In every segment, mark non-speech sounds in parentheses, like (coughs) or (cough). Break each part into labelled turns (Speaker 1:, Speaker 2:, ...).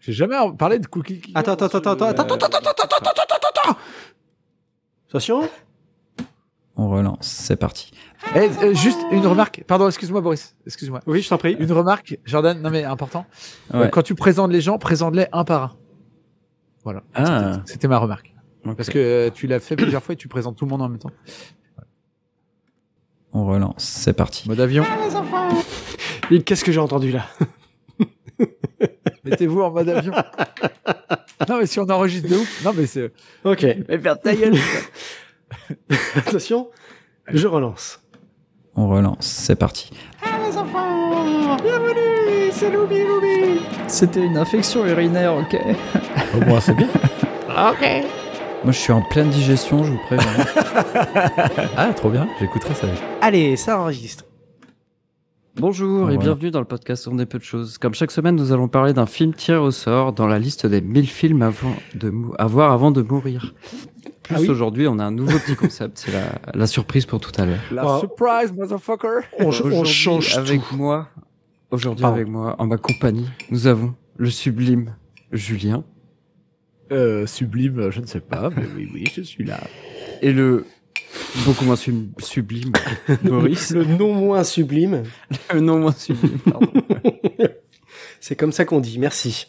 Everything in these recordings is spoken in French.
Speaker 1: J'ai jamais parlé de Cookie Clicker.
Speaker 2: Attends, attends,
Speaker 1: sur
Speaker 2: attends,
Speaker 1: le-
Speaker 2: attends, attends, attends, attends, attends, attends, attends, attends, attends, attends. Attention.
Speaker 3: On relance, c'est parti.
Speaker 1: Eh, euh, juste une remarque. Pardon, excuse-moi, Boris. Excuse-moi.
Speaker 2: Oui, je t'en prie.
Speaker 1: Une remarque, Jordan. Non, mais important.
Speaker 3: Ouais.
Speaker 1: Euh, Quand tu présentes les gens, présente-les un par un. Voilà.
Speaker 3: Ah.
Speaker 1: C'était- C'était ma remarque.
Speaker 3: ok.
Speaker 1: Parce que euh, tu l'as fait plusieurs fois et tu présentes tout le monde en même temps.
Speaker 3: On relance, c'est parti.
Speaker 1: Mode avion.
Speaker 2: Et Qu'est-ce que j'ai entendu là
Speaker 1: Mettez-vous en mode (laughs) avion. non, mais si on enregistre de ouf. Non, mais c'est. euh,
Speaker 2: Ok.
Speaker 3: Mais faire ta gueule.
Speaker 2: (laughs) Attention. Je relance.
Speaker 3: On relance, c'est parti. Ah les enfants, bienvenue, c'est C'était une infection urinaire, ok.
Speaker 4: Au moins, c'est bien.
Speaker 3: Moi je suis en pleine digestion, je vous
Speaker 5: (laughs)
Speaker 3: préviens.
Speaker 4: Ah, trop bien. J'écouterai ça.
Speaker 2: Allez, ça enregistre.
Speaker 5: Bonjour et
Speaker 3: Voilà.
Speaker 5: bienvenue dans le podcast On est peu de choses. Comme chaque semaine, nous allons parler d'un film tiré au sort dans la liste des 1000 films avant de mou- à voir avant de mourir. Plus
Speaker 2: Ah oui
Speaker 5: aujourd'hui, on a un nouveau petit concept, c'est la, la surprise pour tout à l'heure.
Speaker 1: La
Speaker 2: Oh.
Speaker 1: surprise, motherfucker.
Speaker 2: On, ch- on
Speaker 5: Aujourd'hui,
Speaker 2: change
Speaker 5: avec
Speaker 2: tout.
Speaker 5: moi. Aujourd'hui
Speaker 2: Pardon.
Speaker 5: avec moi, en ma compagnie, nous avons le sublime Julien
Speaker 1: Euh, sublime, je ne sais pas, mais oui, oui, je suis là.
Speaker 5: et le beaucoup moins sub- sublime Boris.
Speaker 2: Le non moins sublime.
Speaker 5: le non moins sublime. pardon.
Speaker 2: C'est comme ça qu'on dit. Merci.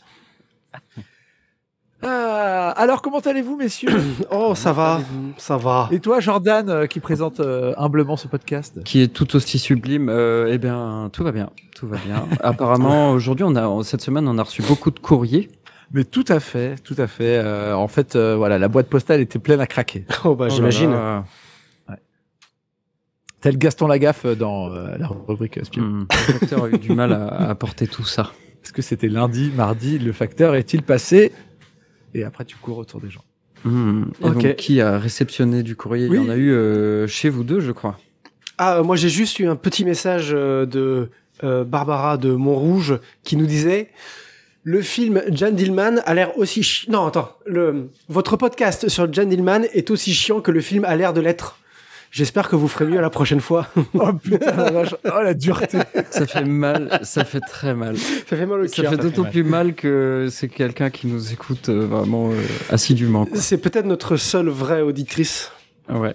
Speaker 1: Ah, alors, comment allez-vous, messieurs
Speaker 2: Oh, ça va. Ça va.
Speaker 1: Et toi, Jordan, euh, qui présente euh, humblement ce podcast
Speaker 5: qui est tout aussi sublime. Euh, eh bien, tout va bien, tout va (laughs) bien. Apparemment, aujourd'hui, on a cette semaine, on a reçu beaucoup de courriers.
Speaker 1: Mais tout à fait, tout à fait. Euh, en fait, euh, voilà, la boîte postale était pleine à craquer.
Speaker 2: Oh bah j'imagine.
Speaker 5: Ah.
Speaker 1: Tel Gaston Lagaffe dans euh, la rubrique euh, Spion.
Speaker 5: Hmm, Le docteur a eu du mal à, à porter tout ça.
Speaker 1: Est-ce que c'était lundi, mardi Le facteur est-il passé Et après, tu cours autour des gens.
Speaker 5: Hmm, Et
Speaker 2: Ok.
Speaker 5: donc, qui a réceptionné du courrier Il y
Speaker 2: Oui.
Speaker 5: en a eu euh, chez vous deux, je crois.
Speaker 2: Ah, euh, moi j'ai juste eu un petit message euh, de euh, Barbara de Montrouge qui nous disait le film Jan Dillman a l'air aussi chi- non attends le votre podcast sur Jan Dillman est aussi chiant que le film a l'air de l'être. J'espère que vous ferez mieux la prochaine fois.
Speaker 1: Oh putain, la vache. Oh la dureté.
Speaker 5: Ça fait mal, ça fait très
Speaker 2: (laughs)
Speaker 5: mal.
Speaker 2: ça fait mal au
Speaker 5: Ça
Speaker 2: cœur.
Speaker 5: fait d'autant
Speaker 4: mal.
Speaker 5: plus mal que c'est quelqu'un qui nous écoute euh, vraiment euh, assidûment. quoi.
Speaker 2: C'est peut-être notre seule vraie auditrice.
Speaker 5: Ouais.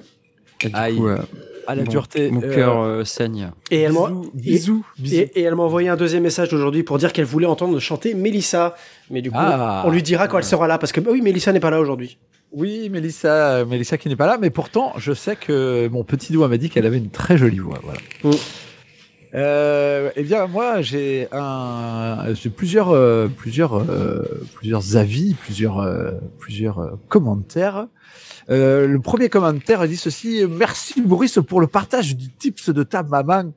Speaker 5: Et du
Speaker 1: Aïe.
Speaker 5: coup, euh,
Speaker 1: Ah la
Speaker 5: mon-
Speaker 1: dureté.
Speaker 5: Mon
Speaker 1: Euh,
Speaker 5: cœur euh, saigne.
Speaker 2: Et elle m'a
Speaker 1: Bisous, bisous, bisous.
Speaker 2: et, et elle m'a envoyé un deuxième message aujourd'hui pour dire qu'elle voulait entendre chanter Mélissa. Mais du coup,
Speaker 1: Ah.
Speaker 2: on lui dira quand elle sera là parce que bah oui, Mélissa n'est pas là aujourd'hui.
Speaker 1: Oui, Mélissa, euh, Mélissa qui n'est pas là, mais pourtant, je sais que mon petit doigt m'a dit qu'elle avait une très jolie voix. Voilà.
Speaker 2: Mm.
Speaker 1: Euh, eh bien, moi, j'ai un, j'ai plusieurs, euh, plusieurs, euh, plusieurs avis, plusieurs, euh, plusieurs euh, commentaires. Euh, le premier commentaire dit ceci Merci Boris pour le partage du tips de ta maman.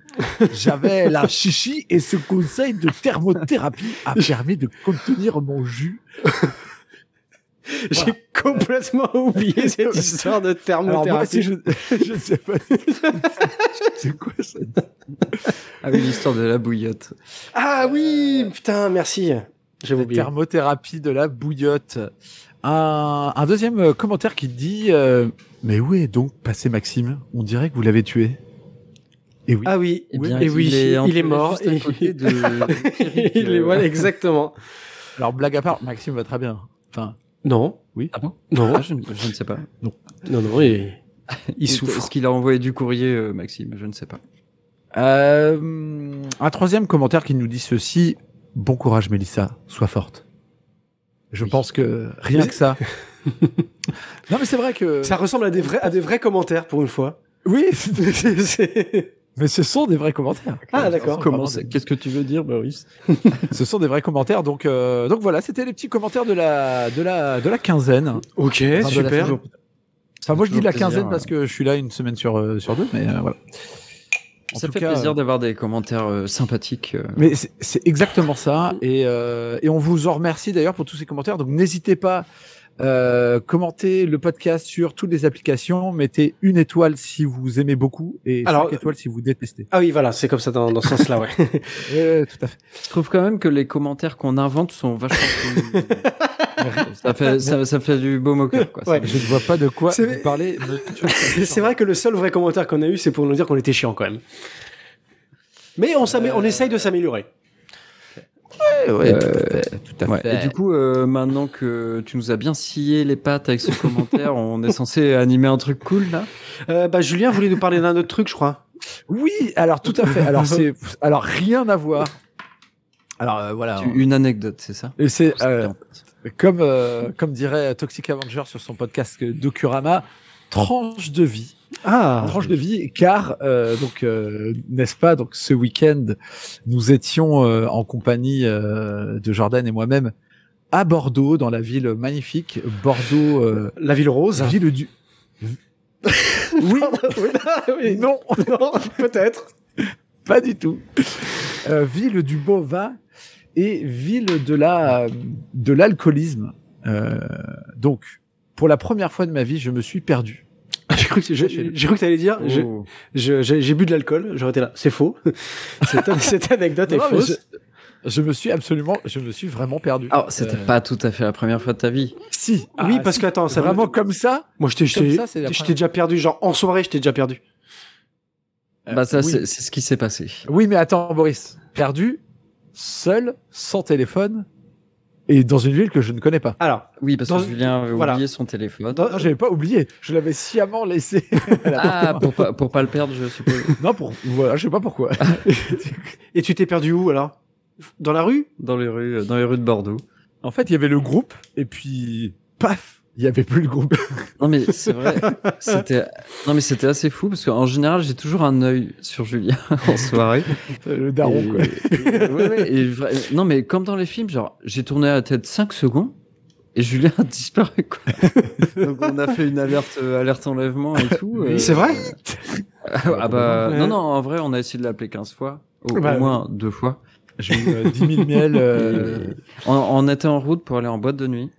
Speaker 1: J'avais la chichi et ce conseil de thermothérapie a permis de contenir mon jus. Voilà.
Speaker 2: J'ai (laughs) complètement oublié cette histoire de
Speaker 1: Alors
Speaker 2: thermothérapie.
Speaker 1: moi, si je, je (laughs) ne sais pas. c'est quoi ça
Speaker 5: Avec l'histoire de la bouillotte.
Speaker 2: Ah oui, putain, merci. J'avais
Speaker 1: La
Speaker 2: oublié.
Speaker 1: thermothérapie de la bouillotte. Un, un deuxième euh, commentaire qui dit euh, Mais où est donc passé Maxime On dirait que vous l'avez tué. Et oui.
Speaker 2: Ah oui,
Speaker 5: Eh
Speaker 2: oui,
Speaker 5: bien,
Speaker 2: et oui,
Speaker 5: (laughs) il est, un
Speaker 2: il
Speaker 5: peu
Speaker 2: est mort.
Speaker 5: juste à
Speaker 2: et- (laughs)
Speaker 5: côté de- de (laughs) Pierrick,
Speaker 2: il est
Speaker 5: euh,
Speaker 2: voilà, exactement.
Speaker 1: Alors, blague à part, Maxime va très bien. Enfin,
Speaker 2: Non,
Speaker 5: Ah bon
Speaker 2: non,
Speaker 5: Ah, je, ne- je ne sais pas.
Speaker 2: non, non, il, il
Speaker 5: Est-ce
Speaker 2: souffre.
Speaker 5: qu'il a envoyé du courrier, euh, Maxime Je ne sais pas.
Speaker 1: euh, un troisième commentaire qui nous dit ceci Bon courage, Mélissa, sois forte. Je pense que rien que ça. non, mais c'est vrai que.
Speaker 2: Ça ressemble à des vrais, à des vrais commentaires pour une fois. (laughs)
Speaker 1: Oui,
Speaker 2: C'est- c'est-
Speaker 1: mais ce sont des vrais commentaires.
Speaker 2: Ah
Speaker 5: Oh,
Speaker 2: d'accord.
Speaker 1: Comment c'est-
Speaker 5: Qu'est-ce que tu veux dire, Boris
Speaker 1: Ce sont des vrais commentaires. Donc, euh, donc voilà, c'était les petits commentaires de la, de la, de la quinzaine.
Speaker 2: Ok,
Speaker 1: Enfin, de la
Speaker 2: super.
Speaker 1: saison. Enfin, moi, je dis de la
Speaker 5: Toujours
Speaker 1: quinzaine
Speaker 5: plaisir,
Speaker 1: parce que je suis là une semaine sur, euh, sur deux, mais euh, voilà. En
Speaker 5: Ça
Speaker 1: tout
Speaker 5: fait
Speaker 1: cas,
Speaker 5: plaisir
Speaker 1: euh,
Speaker 5: d'avoir des commentaires euh, sympathiques. euh.
Speaker 1: Mais c'est- c'est exactement ça. Et, euh, et on vous en remercie d'ailleurs pour tous ces commentaires. Donc, n'hésitez pas. Euh, commentez le podcast sur toutes les applications. Mettez une étoile si vous aimez beaucoup et
Speaker 2: Alors,
Speaker 1: cinq étoiles si vous détestez.
Speaker 2: Ah oui, voilà, c'est comme ça dans, dans ce sens-là,
Speaker 5: (laughs)
Speaker 2: ouais.
Speaker 1: Euh, tout à fait.
Speaker 5: Je trouve quand même que les commentaires qu'on invente sont vachement. (laughs) plus- ça, fait, ça, ça fait du beau moqueur. Quoi.
Speaker 2: Ouais.
Speaker 1: Je ne vois pas de quoi
Speaker 2: C'est-
Speaker 1: vous parler. monsieur.
Speaker 2: C'est c'est vrai que le seul vrai commentaire qu'on a eu, c'est pour nous dire
Speaker 5: Euh.
Speaker 2: qu'on était chiant quand même. Mais on, s'amé- on essaye de s'améliorer.
Speaker 5: Ouais, ouais, tout à fait.
Speaker 1: Tout à
Speaker 5: Ouais, Et du coup, euh, maintenant que tu nous as bien scié les pattes avec (laughs) ce commentaire, on est censé animer un truc cool là
Speaker 2: Euh, bah, Julien voulait nous parler d'un autre truc, je crois.
Speaker 1: Oui, alors tout à fait. Alors c'est alors rien à voir. Alors euh, voilà.
Speaker 5: Tu- Une anecdote, c'est ça
Speaker 1: Et c'est euh,
Speaker 5: Bien.
Speaker 1: comme euh, comme dirait Toxic Avenger sur son podcast euh, Dokurama, tranche de vie.
Speaker 2: Ah,
Speaker 1: Tranche de vie, car euh, donc euh, n'est-ce pas donc ce week-end nous étions euh, en compagnie euh, de Jordan et moi-même à Bordeaux dans la ville magnifique Bordeaux euh,
Speaker 2: la ville rose.
Speaker 1: ville du oui Ah
Speaker 2: Oui,
Speaker 1: non
Speaker 2: (laughs) non, peut-être.
Speaker 1: Pas du tout. Euh, ville du beau vin et ville de la de l'alcoolisme. Euh, donc, pour la première fois de ma vie, je me suis perdu.
Speaker 2: (laughs) J'ai cru que, je- j'ai cru que t'allais dire, je-
Speaker 5: Oh.
Speaker 2: je- j'ai j'ai bu de l'alcool, j'aurais été là. C'est faux. (laughs) Cette, cette anecdote est
Speaker 1: Non, non, mais
Speaker 2: fausse.
Speaker 1: je, je me suis absolument, je me suis vraiment perdu.
Speaker 5: Alors, c'était
Speaker 1: Euh,
Speaker 5: pas tout à fait la première fois de ta vie.
Speaker 1: Si.
Speaker 2: oui,
Speaker 1: Ah,
Speaker 2: parce
Speaker 1: si.
Speaker 2: que attends, ça
Speaker 1: vraiment comme ça.
Speaker 2: Moi, je t'ai- je
Speaker 1: comme
Speaker 2: t'ai
Speaker 1: ça, c'est la
Speaker 2: je t'ai
Speaker 1: première-
Speaker 2: déjà perdu. Genre, en soirée, je t'ai déjà perdu.
Speaker 1: Euh,
Speaker 5: bah, ça,
Speaker 1: oui.
Speaker 5: c'est c'est ce qui s'est passé.
Speaker 1: Oui, mais attends, Boris. Perdu, seul, sans téléphone et dans une ville que je ne connais pas.
Speaker 2: Alors,
Speaker 5: Oui, parce
Speaker 2: Dans-
Speaker 5: que Julien avait
Speaker 2: voilà.
Speaker 5: oublié son téléphone.
Speaker 1: Non, j'avais pas oublié. Je l'avais sciemment laissé.
Speaker 5: Ah, pour pas, pour pas le perdre, je suppose.
Speaker 1: (laughs) non, pour voilà, je sais pas pourquoi.
Speaker 2: et tu t'es perdu où alors Dans la rue
Speaker 5: Dans les rues, dans les rues de Bordeaux.
Speaker 1: En fait, il y avait le groupe, et puis, paf, il y avait plus le groupe.
Speaker 5: Non mais
Speaker 2: (laughs)
Speaker 5: c'est vrai, c'était non mais c'était assez fou parce qu'en général j'ai toujours un œil sur Julien (laughs) en soirée.
Speaker 1: (laughs) le daron,
Speaker 5: Et-
Speaker 1: quoi.
Speaker 5: et- (laughs) ouais, ouais, et vra- non mais comme dans les films, genre j'ai tourné la tête 5 secondes et Julien a disparu quoi.
Speaker 2: (laughs)
Speaker 5: Donc on a fait une alerte euh, alerte enlèvement et tout. euh,
Speaker 2: C'est vrai
Speaker 5: Ah bah
Speaker 2: Ouais.
Speaker 5: non non en vrai on a essayé de l'appeler 15 fois, au, au
Speaker 2: Bah,
Speaker 5: moins deux fois.
Speaker 1: J'ai eu euh, 10 000 miels. (laughs) euh,
Speaker 5: On, on était en route pour aller en boîte de nuit.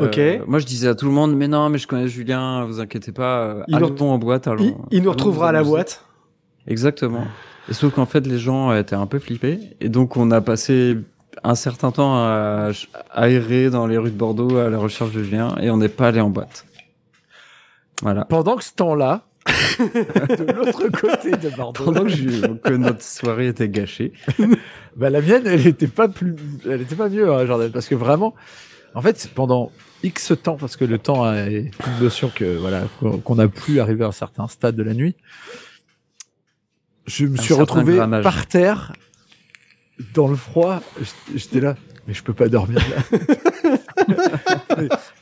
Speaker 5: Euh,
Speaker 2: Ok.
Speaker 5: moi je disais à tout le monde mais non mais je connais Julien, vous inquiétez pas, euh,
Speaker 2: Il nous-
Speaker 5: allons en boîte allons.
Speaker 2: il, il nous
Speaker 5: allons
Speaker 2: retrouvera à la
Speaker 5: amuser.
Speaker 2: boîte.
Speaker 5: Exactement. Et sauf qu'en fait, les gens étaient un peu flippés. Et donc, on a passé un certain temps à, à errer dans les rues de Bordeaux à la recherche de Julien et on n'est pas allé
Speaker 2: (laughs)
Speaker 5: en boîte. Voilà.
Speaker 1: Pendant que ce temps-là, (laughs) de l'autre côté de Bordeaux,
Speaker 5: Pendant que, je- que notre soirée était gâchée.
Speaker 1: bah, la mienne, elle était pas plus, elle était pas mieux, hein, Jordan, parce que vraiment, en fait, pendant X temps, parce que le temps euh, est une notion que, voilà, qu'on- qu'on n'a plus arrivé à un certain stade de la nuit, je me suis
Speaker 5: certain
Speaker 1: retrouvé
Speaker 5: grammage.
Speaker 1: par terre, dans le froid, J'étais- j'étais là, mais je peux pas dormir là.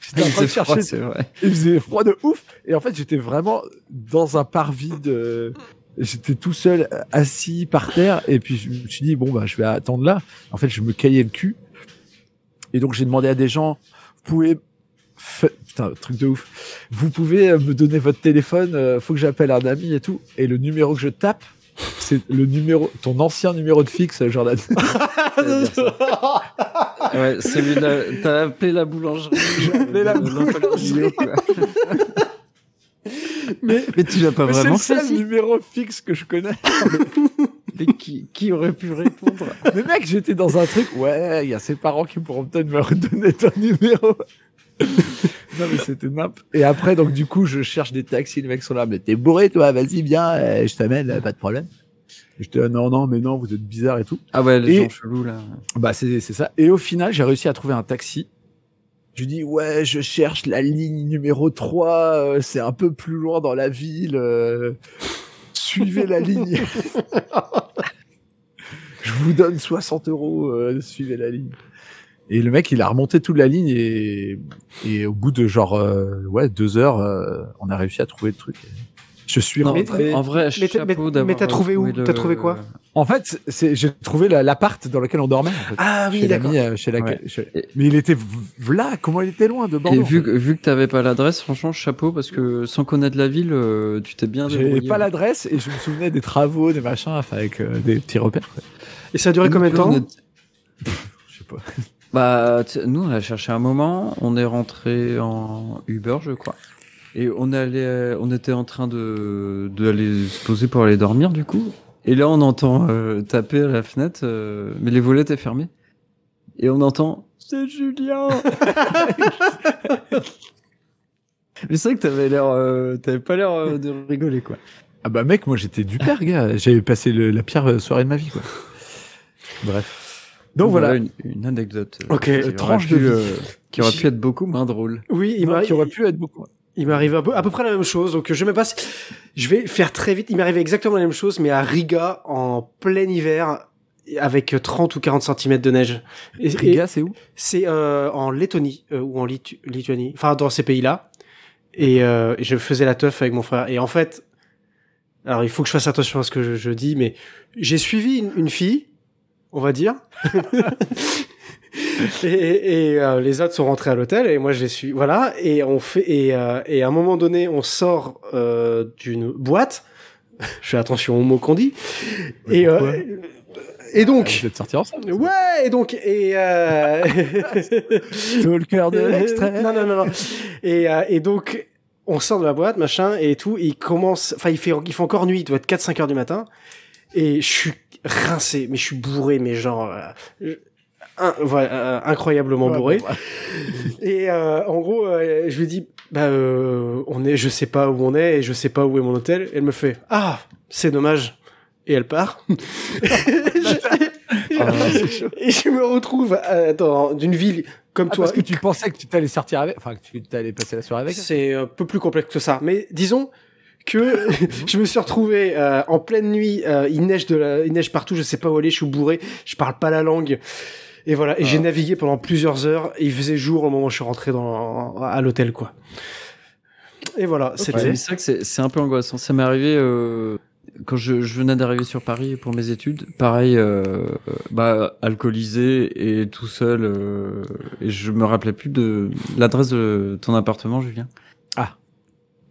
Speaker 1: J'étais en train de
Speaker 5: C'est froid,
Speaker 1: chercher
Speaker 5: c'est vrai.
Speaker 1: Il faisait froid de ouf. Et en fait, j'étais vraiment dans un parvis de. J'étais tout seul euh, assis par terre. Et puis, je me suis dit, bon, bah, je vais attendre là. En fait, je me caillais le cul. Et donc, j'ai demandé à des gens, vous pouvez. fa- Putain, truc de ouf. Vous pouvez euh, me donner votre téléphone. euh, faut que j'appelle un ami et tout. Et le numéro que je tape, c'est le numéro, ton ancien numéro de fixe, Jordan.
Speaker 5: Ouais, celui-là, t'as appelé
Speaker 2: (laughs)
Speaker 5: la boulangerie. Euh, J'ai
Speaker 1: appelé la boulangerie.
Speaker 5: mais, mais tu l'as pas
Speaker 1: Mais c'est
Speaker 5: vraiment
Speaker 1: le
Speaker 5: fait.
Speaker 1: seul
Speaker 5: si.
Speaker 1: numéro fixe que je connais.
Speaker 5: (laughs) Mais qui, qui aurait pu répondre
Speaker 1: Mais mec, j'étais dans un truc, ouais, il y a ses parents qui pourront peut-être me redonner ton numéro. non, mais c'était nimp. Et après, donc, du coup, je cherche des taxis, les mecs sont là, mais t'es bourré, toi, vas-y, viens, euh, je t'amène, euh, pas de problème. J'étais, ah, non, non, mais non, vous êtes bizarre et tout.
Speaker 5: Ah ouais, les
Speaker 1: Et-
Speaker 5: gens chelous là.
Speaker 1: Bah, c'est c'est ça. Et au final, j'ai réussi à trouver un taxi. Je lui dis, ouais, je cherche la ligne numéro 3, euh, c'est un peu plus loin dans la ville. euh, suivez la ligne. je vous donne 60 euros, euh, suivez la ligne. Et le mec, il a remonté toute la ligne et, et au bout de genre, euh, ouais, deux heures, euh, on a réussi à trouver le truc. Je suis
Speaker 5: Non,
Speaker 1: rentré.
Speaker 5: en vrai,
Speaker 2: mais t'as-
Speaker 5: chapeau
Speaker 2: mais-
Speaker 5: d'avoir
Speaker 2: mais t'as trouvé où
Speaker 5: le-
Speaker 2: T'as trouvé quoi
Speaker 1: En fait, c'est- j'ai trouvé la- l'appart dans lequel on dormait. en fait
Speaker 2: Ah
Speaker 1: chez
Speaker 2: oui, d'accord.
Speaker 1: l'ami, euh, chez laquelle- chez-
Speaker 5: Et-
Speaker 1: Mais il était v- là, comment il était loin de
Speaker 5: Et
Speaker 1: Bordeaux
Speaker 5: vu que, vu que t'avais pas l'adresse, franchement, chapeau, parce que sans connaître la ville, euh, tu t'es bien
Speaker 1: J'avais
Speaker 5: débrouillé.
Speaker 1: pas l'adresse et je me souvenais des travaux, des machins, enfin, avec euh, des petits repères. quoi.
Speaker 2: Et ça a duré
Speaker 5: Nous,
Speaker 2: combien de temps
Speaker 5: on est-
Speaker 1: Je sais pas.
Speaker 5: Bah, tu- nous, on a cherché un moment, on est rentré en Uber, je crois. Et on allait, euh, on était en train de d'aller se poser pour aller dormir, du coup. Et là, on entend euh, taper à la fenêtre, euh, mais les volets étaient fermés. Et on entend C'est Julien (laughs) Mais c'est vrai que t'avais l'air, euh, t'avais pas l'air euh, de rigoler, quoi.
Speaker 1: Ah bah mec, moi j'étais du père, gars. J'avais passé le- la pire euh, soirée de ma vie, quoi. Bref. Donc voilà.
Speaker 5: une, une anecdote. euh,
Speaker 2: Ok,
Speaker 5: qui aurait
Speaker 1: tranche
Speaker 5: pu,
Speaker 1: de vie.
Speaker 5: euh, qui aurait
Speaker 2: J'ai-
Speaker 5: pu être beaucoup moins drôle.
Speaker 2: Oui, il
Speaker 1: Non,
Speaker 2: m'arrive.
Speaker 1: qui aurait pu être beaucoup.
Speaker 2: Il m'arrive un peu- à peu près la même chose, donc euh, je sais même pas si... Je vais faire très vite. Il m'arrivait exactement la même chose, mais à Riga, en plein hiver, avec 30 ou 40 cm de neige. Et- et
Speaker 5: Riga, c'est où
Speaker 2: C'est euh, en Lettonie, euh, ou en Litu- Lituanie, enfin dans ces pays-là. Et, euh, et je faisais la teuf avec mon frère. Et en fait, alors il faut que je fasse attention à ce que je, je dis, mais j'ai suivi une, une fille, on
Speaker 1: (laughs)
Speaker 2: va dire. et et, euh, les autres sont rentrés à l'hôtel et moi je les suis. Voilà. Et on fait et, euh, et à un moment donné, on sort euh, d'une boîte. (laughs) je fais attention aux mots qu'on dit.
Speaker 1: Mais
Speaker 2: et
Speaker 1: pourquoi
Speaker 2: euh, et donc.
Speaker 1: Ah, Vous êtes sortis ensemble.
Speaker 2: Ouais, et donc, et euh,
Speaker 1: Stalker
Speaker 2: (laughs)
Speaker 1: de l'extrême. Ah,
Speaker 2: non, non, non, non. Et, euh, et donc, on sort de la boîte, machin, et tout. Il commence, enfin, il fait, il fait encore nuit, il doit être 4-5 heures du matin. Et je suis rincé, mais je suis bourré, mais genre, euh, je- un- voilà, euh, incroyablement bourré. Et euh, en gros, euh, je lui dis, bah, euh, on est, je sais pas où on est et je sais pas où est mon hôtel. Elle me fait, ah, c'est dommage. Et elle
Speaker 1: (laughs)
Speaker 2: part. Et je-
Speaker 1: Ah,
Speaker 2: et je me retrouve euh, dans d'une ville comme
Speaker 1: Ah,
Speaker 2: toi.
Speaker 1: parce que tu pensais que tu t'allais sortir avec, enfin que tu t'allais passer la soirée avec.
Speaker 2: C'est un peu plus complexe que ça. Mais disons que (laughs) je me suis retrouvé euh, en pleine nuit, euh, il neige de la, il neige partout, je sais pas où aller, je suis bourré, je parle pas la langue. Et voilà, et j'ai navigué pendant plusieurs heures, et il faisait jour au moment où je suis rentré dans, à l'hôtel, quoi. Et voilà, c'était.
Speaker 5: Ouais, mais C'est vrai que c'est- c'est un peu angoissant. Ça m'est arrivé euh, quand je, je venais d'arriver sur Paris pour mes études. Pareil, euh, euh, bah, alcoolisé et tout seul. euh, et je me rappelais plus de l'adresse de ton appartement, Julien.
Speaker 1: Ah.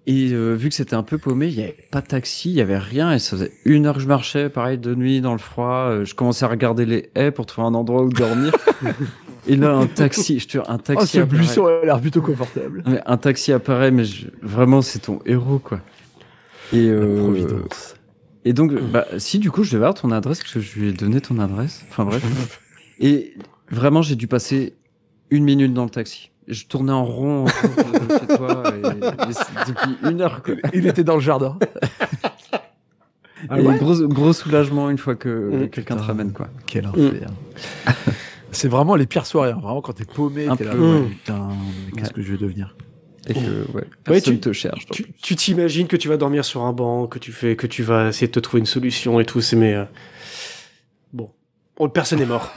Speaker 5: Et euh, vu que c'était un peu paumé, il n'y avait pas de taxi, il n'y avait rien. Et ça faisait une heure que je marchais, pareil, de nuit, dans le froid. euh, je commençais à regarder les haies pour trouver un endroit
Speaker 1: (laughs)
Speaker 5: où dormir. et là, un taxi, je te jure, un
Speaker 1: Oh,
Speaker 5: taxi.
Speaker 1: ce
Speaker 5: apparaît.
Speaker 1: buisson a l'air plutôt confortable.
Speaker 5: Mais un taxi apparaît, mais je- vraiment, c'est ton héros, quoi. Et, euh,
Speaker 1: Providence.
Speaker 5: et donc, bah, si, du coup, je devais avoir ton adresse, parce que je lui ai donné ton adresse. Enfin, bref. Et vraiment, j'ai dû passer une minute dans le taxi. Je tournais en rond autour de chez toi, et- et c'est depuis une heure, quoi.
Speaker 1: Il était dans le jardin.
Speaker 5: Et gros, gros soulagement une fois que
Speaker 2: Mm.
Speaker 5: quelqu'un te
Speaker 1: Putain.
Speaker 5: ramène, quoi.
Speaker 1: Quel enfer. (laughs) c'est vraiment les pires soirées. hein. Vraiment, quand t'es paumé,
Speaker 5: Un
Speaker 1: t'es là.
Speaker 5: peu,
Speaker 1: ouais,
Speaker 2: ouais.
Speaker 1: Putain, mais qu'est-ce
Speaker 5: Ouais.
Speaker 1: que je vais devenir
Speaker 5: Et que, ouais, personne
Speaker 2: tu-
Speaker 5: te cherche. donc.
Speaker 2: Tu tu t'imagines que tu vas dormir sur un banc, que tu fais, que tu vas essayer de te trouver une solution et tout, c'est mais euh, bon, Oh, personne n'est mort.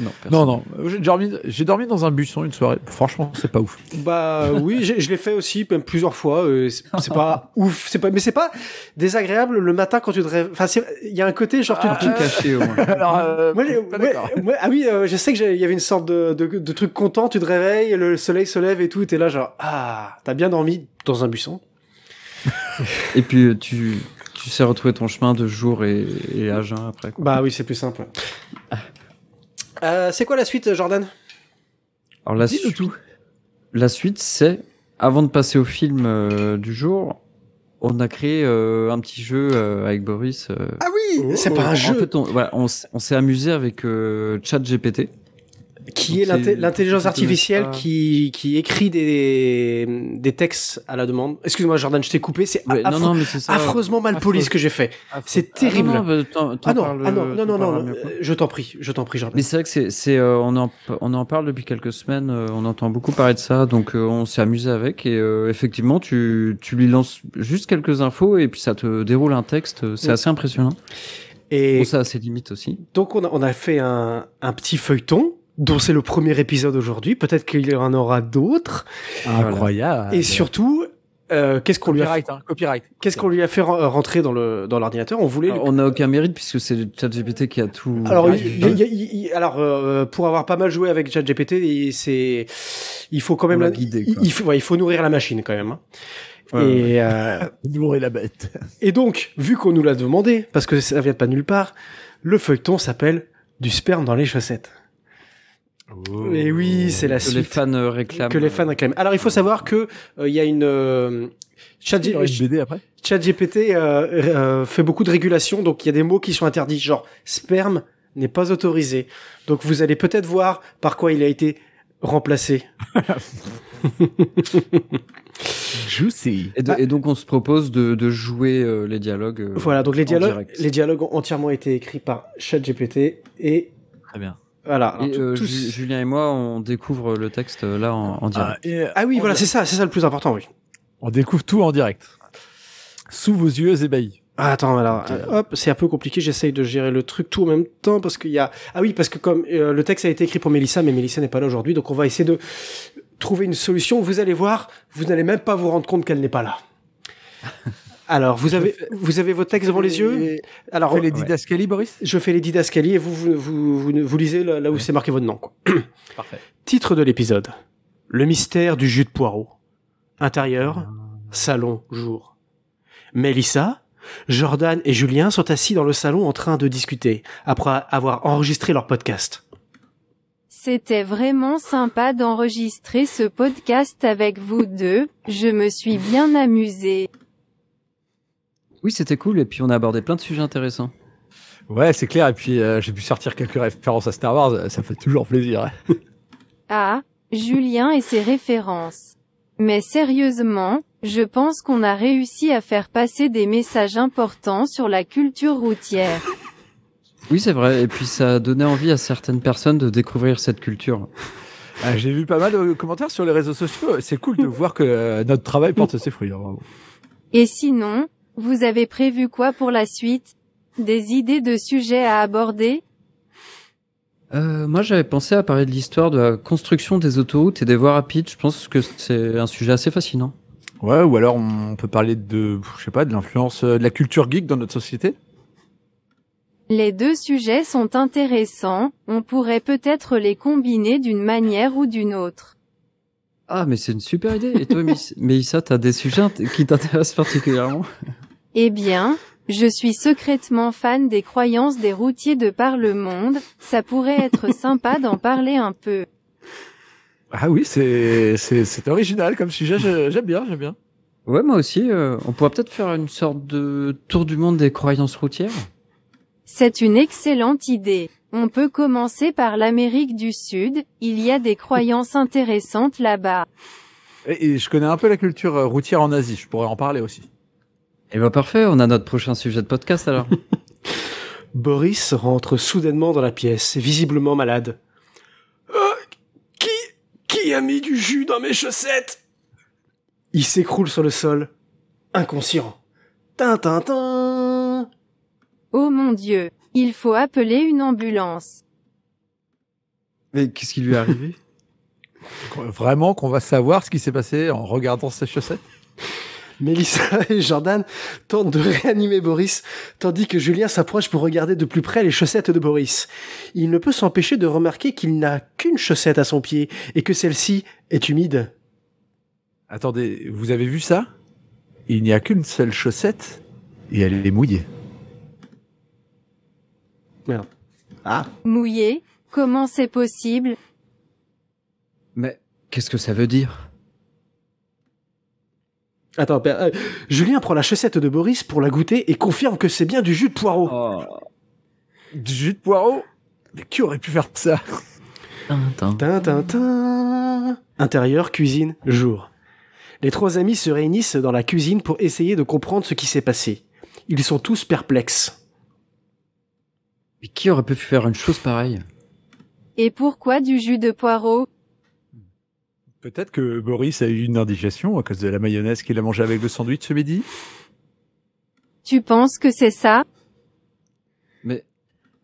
Speaker 5: Non, personne.
Speaker 1: Non, non. euh, J'ai dormi, j'ai dormi dans un buisson une soirée. Franchement, c'est pas ouf.
Speaker 2: Bah oui, j'ai- je l'ai fait aussi même plusieurs fois. euh, c'est c'est
Speaker 5: (laughs)
Speaker 2: pas ouf, c'est pas, mais c'est pas désagréable le matin quand tu te rêves. Enfin, c'est- il y a un côté genre tu.
Speaker 1: Ah,
Speaker 2: tu-
Speaker 5: Tout caché, au
Speaker 1: (laughs)
Speaker 5: moins.
Speaker 1: Alors, euh,
Speaker 2: moi, j'ai-
Speaker 1: pas
Speaker 2: ouais,
Speaker 1: d'accord.
Speaker 2: ouais, ah oui, euh, je sais que j'ai- il y avait une sorte de, de, de truc content. Tu te réveilles, le soleil se lève et tout. et T'es là genre ah, t'as bien dormi dans un buisson.
Speaker 5: Et puis, euh, tu, tu sais retrouver ton chemin de jour et, et à jeun après, quoi.
Speaker 2: Bah oui, c'est plus simple. Euh, c'est quoi la suite, Jordan
Speaker 5: Alors, la
Speaker 1: Dis-nous tout.
Speaker 5: La suite, c'est, avant de passer au film euh, du jour, on a créé euh, un petit jeu euh, avec Boris. euh.
Speaker 2: Ah oui, c'est pas un
Speaker 5: En
Speaker 2: jeu
Speaker 5: fait, on, voilà, on s- on s'est amusé avec euh, ChatGPT.
Speaker 2: qui est
Speaker 5: c'est-
Speaker 2: l'inté- l'intelligence
Speaker 5: c'est-
Speaker 2: artificielle
Speaker 5: ah.
Speaker 2: qui, qui écrit des, des textes à la demande. Excuse-moi, Jordan, je t'ai coupé. C'est
Speaker 5: Ouais,
Speaker 2: Ah, affreux-
Speaker 5: non, non, mais c'est ça.
Speaker 2: affreusement mal poli
Speaker 1: affreux.
Speaker 2: ce que j'ai fait. C'est
Speaker 5: Ah, non,
Speaker 2: terrible.
Speaker 5: non, bah, t'en- t'en
Speaker 2: Ah non,
Speaker 5: parles,
Speaker 2: ah non, non,
Speaker 5: t'en
Speaker 2: non, non,
Speaker 5: parleras
Speaker 2: non,
Speaker 5: mieux, quoi.
Speaker 2: euh, je t'en prie, je t'en prie, Jordan.
Speaker 5: Mais c'est vrai que c'est, c'est, euh, on, en, on en parle depuis quelques semaines, euh, on entend beaucoup parler de ça, donc euh, on s'est amusé avec et euh, effectivement tu, tu lui lances juste quelques infos et puis ça te déroule un texte, euh, c'est
Speaker 2: Oui.
Speaker 5: assez impressionnant.
Speaker 2: Et
Speaker 5: Bon, ça a ses limites aussi.
Speaker 2: donc, on a, on a fait un, un petit feuilleton dont c'est le premier épisode aujourd'hui. Peut-être qu'il y en aura d'autres.
Speaker 5: Ah,
Speaker 1: Incroyable.
Speaker 5: ben.
Speaker 2: Et surtout, euh, qu'est-ce qu'on lui a,
Speaker 1: Copyright, hein, copyright.
Speaker 2: qu'est-ce qu'on lui a fait ren- euh, rentrer dans le, dans l'ordinateur? On voulait
Speaker 5: Alors, Ah, on n'a aucun mérite puisque c'est le chat GPT qui a tout.
Speaker 2: Alors,
Speaker 5: Ah,
Speaker 2: il- il- il- il- alors euh, pour avoir pas mal joué avec ChatGPT, il- c'est il faut quand même
Speaker 5: On l'a
Speaker 2: la-
Speaker 5: guidé,
Speaker 2: il,
Speaker 5: quoi.
Speaker 2: il faut, ouais, il faut nourrir la machine quand même. hein.
Speaker 5: Ouais,
Speaker 2: et, euh,
Speaker 1: Nourrir la bête. (laughs)
Speaker 2: et donc, vu qu'on nous l'a demandé, parce que ça vient de pas nulle part, le feuilleton s'appelle du sperme dans les chaussettes.
Speaker 5: Oh.
Speaker 2: Et oui, c'est la
Speaker 5: que les
Speaker 2: suite
Speaker 5: fans euh, réclament.
Speaker 2: que les fans réclament. Alors, il faut savoir que euh, il y a une euh,
Speaker 1: Il y aura une
Speaker 2: ChatGPT
Speaker 1: BD après.
Speaker 2: ChatGPT, euh, ré- euh, fait beaucoup de régulation, donc il y a des mots qui sont interdits, genre sperme n'est pas autorisé. Donc vous allez peut-être voir par quoi il a été remplacé.
Speaker 1: Juicy.
Speaker 5: Et, de- et donc on se propose de, de jouer euh, les dialogues. euh,
Speaker 2: Bah- Voilà, donc les
Speaker 5: en
Speaker 2: dialogues,
Speaker 5: direct.
Speaker 2: les dialogues ont entièrement été écrits par ChatGPT et
Speaker 5: Très bien.
Speaker 2: Voilà. alors,
Speaker 5: Et,
Speaker 2: tout-
Speaker 5: euh,
Speaker 2: tout-
Speaker 5: Ju- Julien et moi, on découvre le texte euh, là en, en direct.
Speaker 1: Ah, et, euh,
Speaker 2: Ah oui, voilà, c'est ça, c'est ça le plus important, oui.
Speaker 1: on découvre tout en direct. Sous vos yeux ébahis.
Speaker 2: Ah, Attends, alors,
Speaker 1: Ok.
Speaker 2: euh, hop, c'est un peu compliqué, j'essaye de gérer le truc tout en même temps parce qu'il y a... Ah oui, parce que comme euh, le texte a été écrit pour Mélissa, mais Mélissa n'est pas là aujourd'hui, donc on va essayer de trouver une solution. Vous allez voir, vous n'allez même pas vous rendre compte qu'elle n'est
Speaker 1: (laughs)
Speaker 2: pas là. Alors, vous avez, vous avez vos textes devant les yeux
Speaker 1: On
Speaker 2: Alors,
Speaker 1: fait les didascalies, Boris
Speaker 2: je fais les didascalies et vous, vous, vous, vous, vous lisez là, là où c'est marqué votre nom. Quoi.
Speaker 1: Parfait.
Speaker 2: Titre de l'épisode. Le mystère du jus de poireau. Intérieur, salon, jour. Mélissa, Jordan et Julien sont assis dans le salon en train de discuter, après avoir enregistré leur podcast.
Speaker 6: C'était vraiment sympa d'enregistrer ce podcast avec vous deux. Je me suis bien amusée.
Speaker 5: Oui, c'était cool. Et puis on a abordé plein de sujets intéressants.
Speaker 1: Ouais, c'est clair. Et puis, euh, j'ai pu sortir quelques références à Star Wars. Ça fait toujours plaisir. hein.
Speaker 6: Ah, Julien et ses références. Mais sérieusement, je pense qu'on a réussi à faire passer des messages importants sur la culture routière.
Speaker 5: Oui, c'est vrai. Et puis ça a donné envie à certaines personnes de découvrir cette culture.
Speaker 1: Ah, j'ai vu pas mal de commentaires sur les réseaux sociaux. C'est (laughs) cool de voir que euh, notre travail porte ses fruits. hein, vraiment.
Speaker 6: Et sinon, vous avez prévu quoi pour la suite Des idées de sujets à aborder
Speaker 5: Euh, moi, j'avais pensé à parler de l'histoire de la construction des autoroutes et des voies rapides. Je pense que c'est un sujet assez fascinant.
Speaker 1: Ouais, ou alors on peut parler de, je sais pas, de l'influence euh, de la culture geek dans notre société.
Speaker 6: Les deux sujets sont intéressants, on pourrait peut-être les combiner d'une manière ou d'une autre.
Speaker 5: Ah, mais c'est une super idée.
Speaker 2: (laughs)
Speaker 5: Et toi, Mélissa- Mélissa, t'as des sujets int- qui t'intéressent particulièrement
Speaker 6: Eh bien, je suis secrètement fan des croyances des routiers de par le monde, ça pourrait être sympa d'en parler un peu.
Speaker 1: Ah oui, c'est c'est c'est original comme sujet. je- J'aime bien, j'aime bien.
Speaker 5: Ouais, moi aussi. euh, on pourrait peut-être faire une sorte de tour du monde des croyances routières.
Speaker 6: C'est une excellente idée. On peut commencer par l'Amérique du Sud, il y a des croyances intéressantes là-bas.
Speaker 1: Et, et je connais un peu la culture euh, routière en Asie. Je pourrais en parler aussi.
Speaker 5: Eh ben parfait, on a notre prochain sujet de podcast alors.
Speaker 2: Boris rentre soudainement dans la pièce, visiblement malade. Euh, qui, qui a mis du jus dans mes chaussettes Il s'écroule sur le sol, inconscient. Tintintin
Speaker 6: Oh mon dieu, il faut appeler une ambulance.
Speaker 5: (laughs) Mais qu'est-ce qui lui est arrivé
Speaker 1: Vraiment qu'on va savoir ce qui s'est passé en regardant ses chaussettes.
Speaker 2: Mélissa (laughs) et Jordan tentent de réanimer Boris, tandis que Julien s'approche pour regarder de plus près les chaussettes de Boris. Il ne peut s'empêcher de remarquer qu'il n'a qu'une chaussette à son pied et que celle-ci est humide.
Speaker 1: Attendez, vous avez vu ça Il n'y a qu'une seule chaussette et elle est mouillée.
Speaker 2: Ah
Speaker 6: Mouillé, comment c'est possible
Speaker 5: Mais qu'est-ce que ça veut dire
Speaker 2: Attends, per- euh, Julien prend la chaussette de Boris pour la goûter et confirme que c'est bien du jus de poireau.
Speaker 1: Du jus de poireau Mais qui aurait pu faire ça
Speaker 2: Tintintin. Intérieur, cuisine, jour. Les trois amis se réunissent dans la cuisine pour essayer de comprendre ce qui s'est passé. Ils sont tous perplexes.
Speaker 5: Mais qui aurait pu faire une chose pareille
Speaker 6: Et pourquoi du jus de poireau
Speaker 1: Peut-être que Boris a eu une indigestion à cause de la mayonnaise qu'il a mangée avec le sandwich ce midi.
Speaker 6: Tu penses que c'est ça
Speaker 5: Mais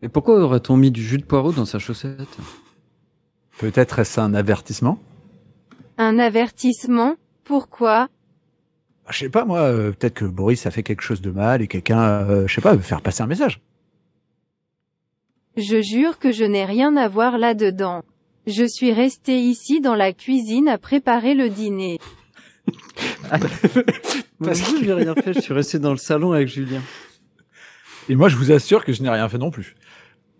Speaker 5: mais pourquoi aurait-on mis du jus de poireau dans sa chaussette
Speaker 1: Peut-être est-ce un avertissement
Speaker 6: Un avertissement Pourquoi
Speaker 1: Je sais pas moi, euh, peut-être que Boris a fait quelque chose de mal et quelqu'un, euh, je sais pas, veut faire passer un message.
Speaker 6: Je jure que je n'ai rien à voir là-dedans. Je suis restée ici dans la cuisine à préparer le dîner.
Speaker 2: Parce
Speaker 5: Moi, j'ai rien fait, je suis resté dans le salon avec Julien.
Speaker 1: Et moi je vous assure que je n'ai rien fait non plus.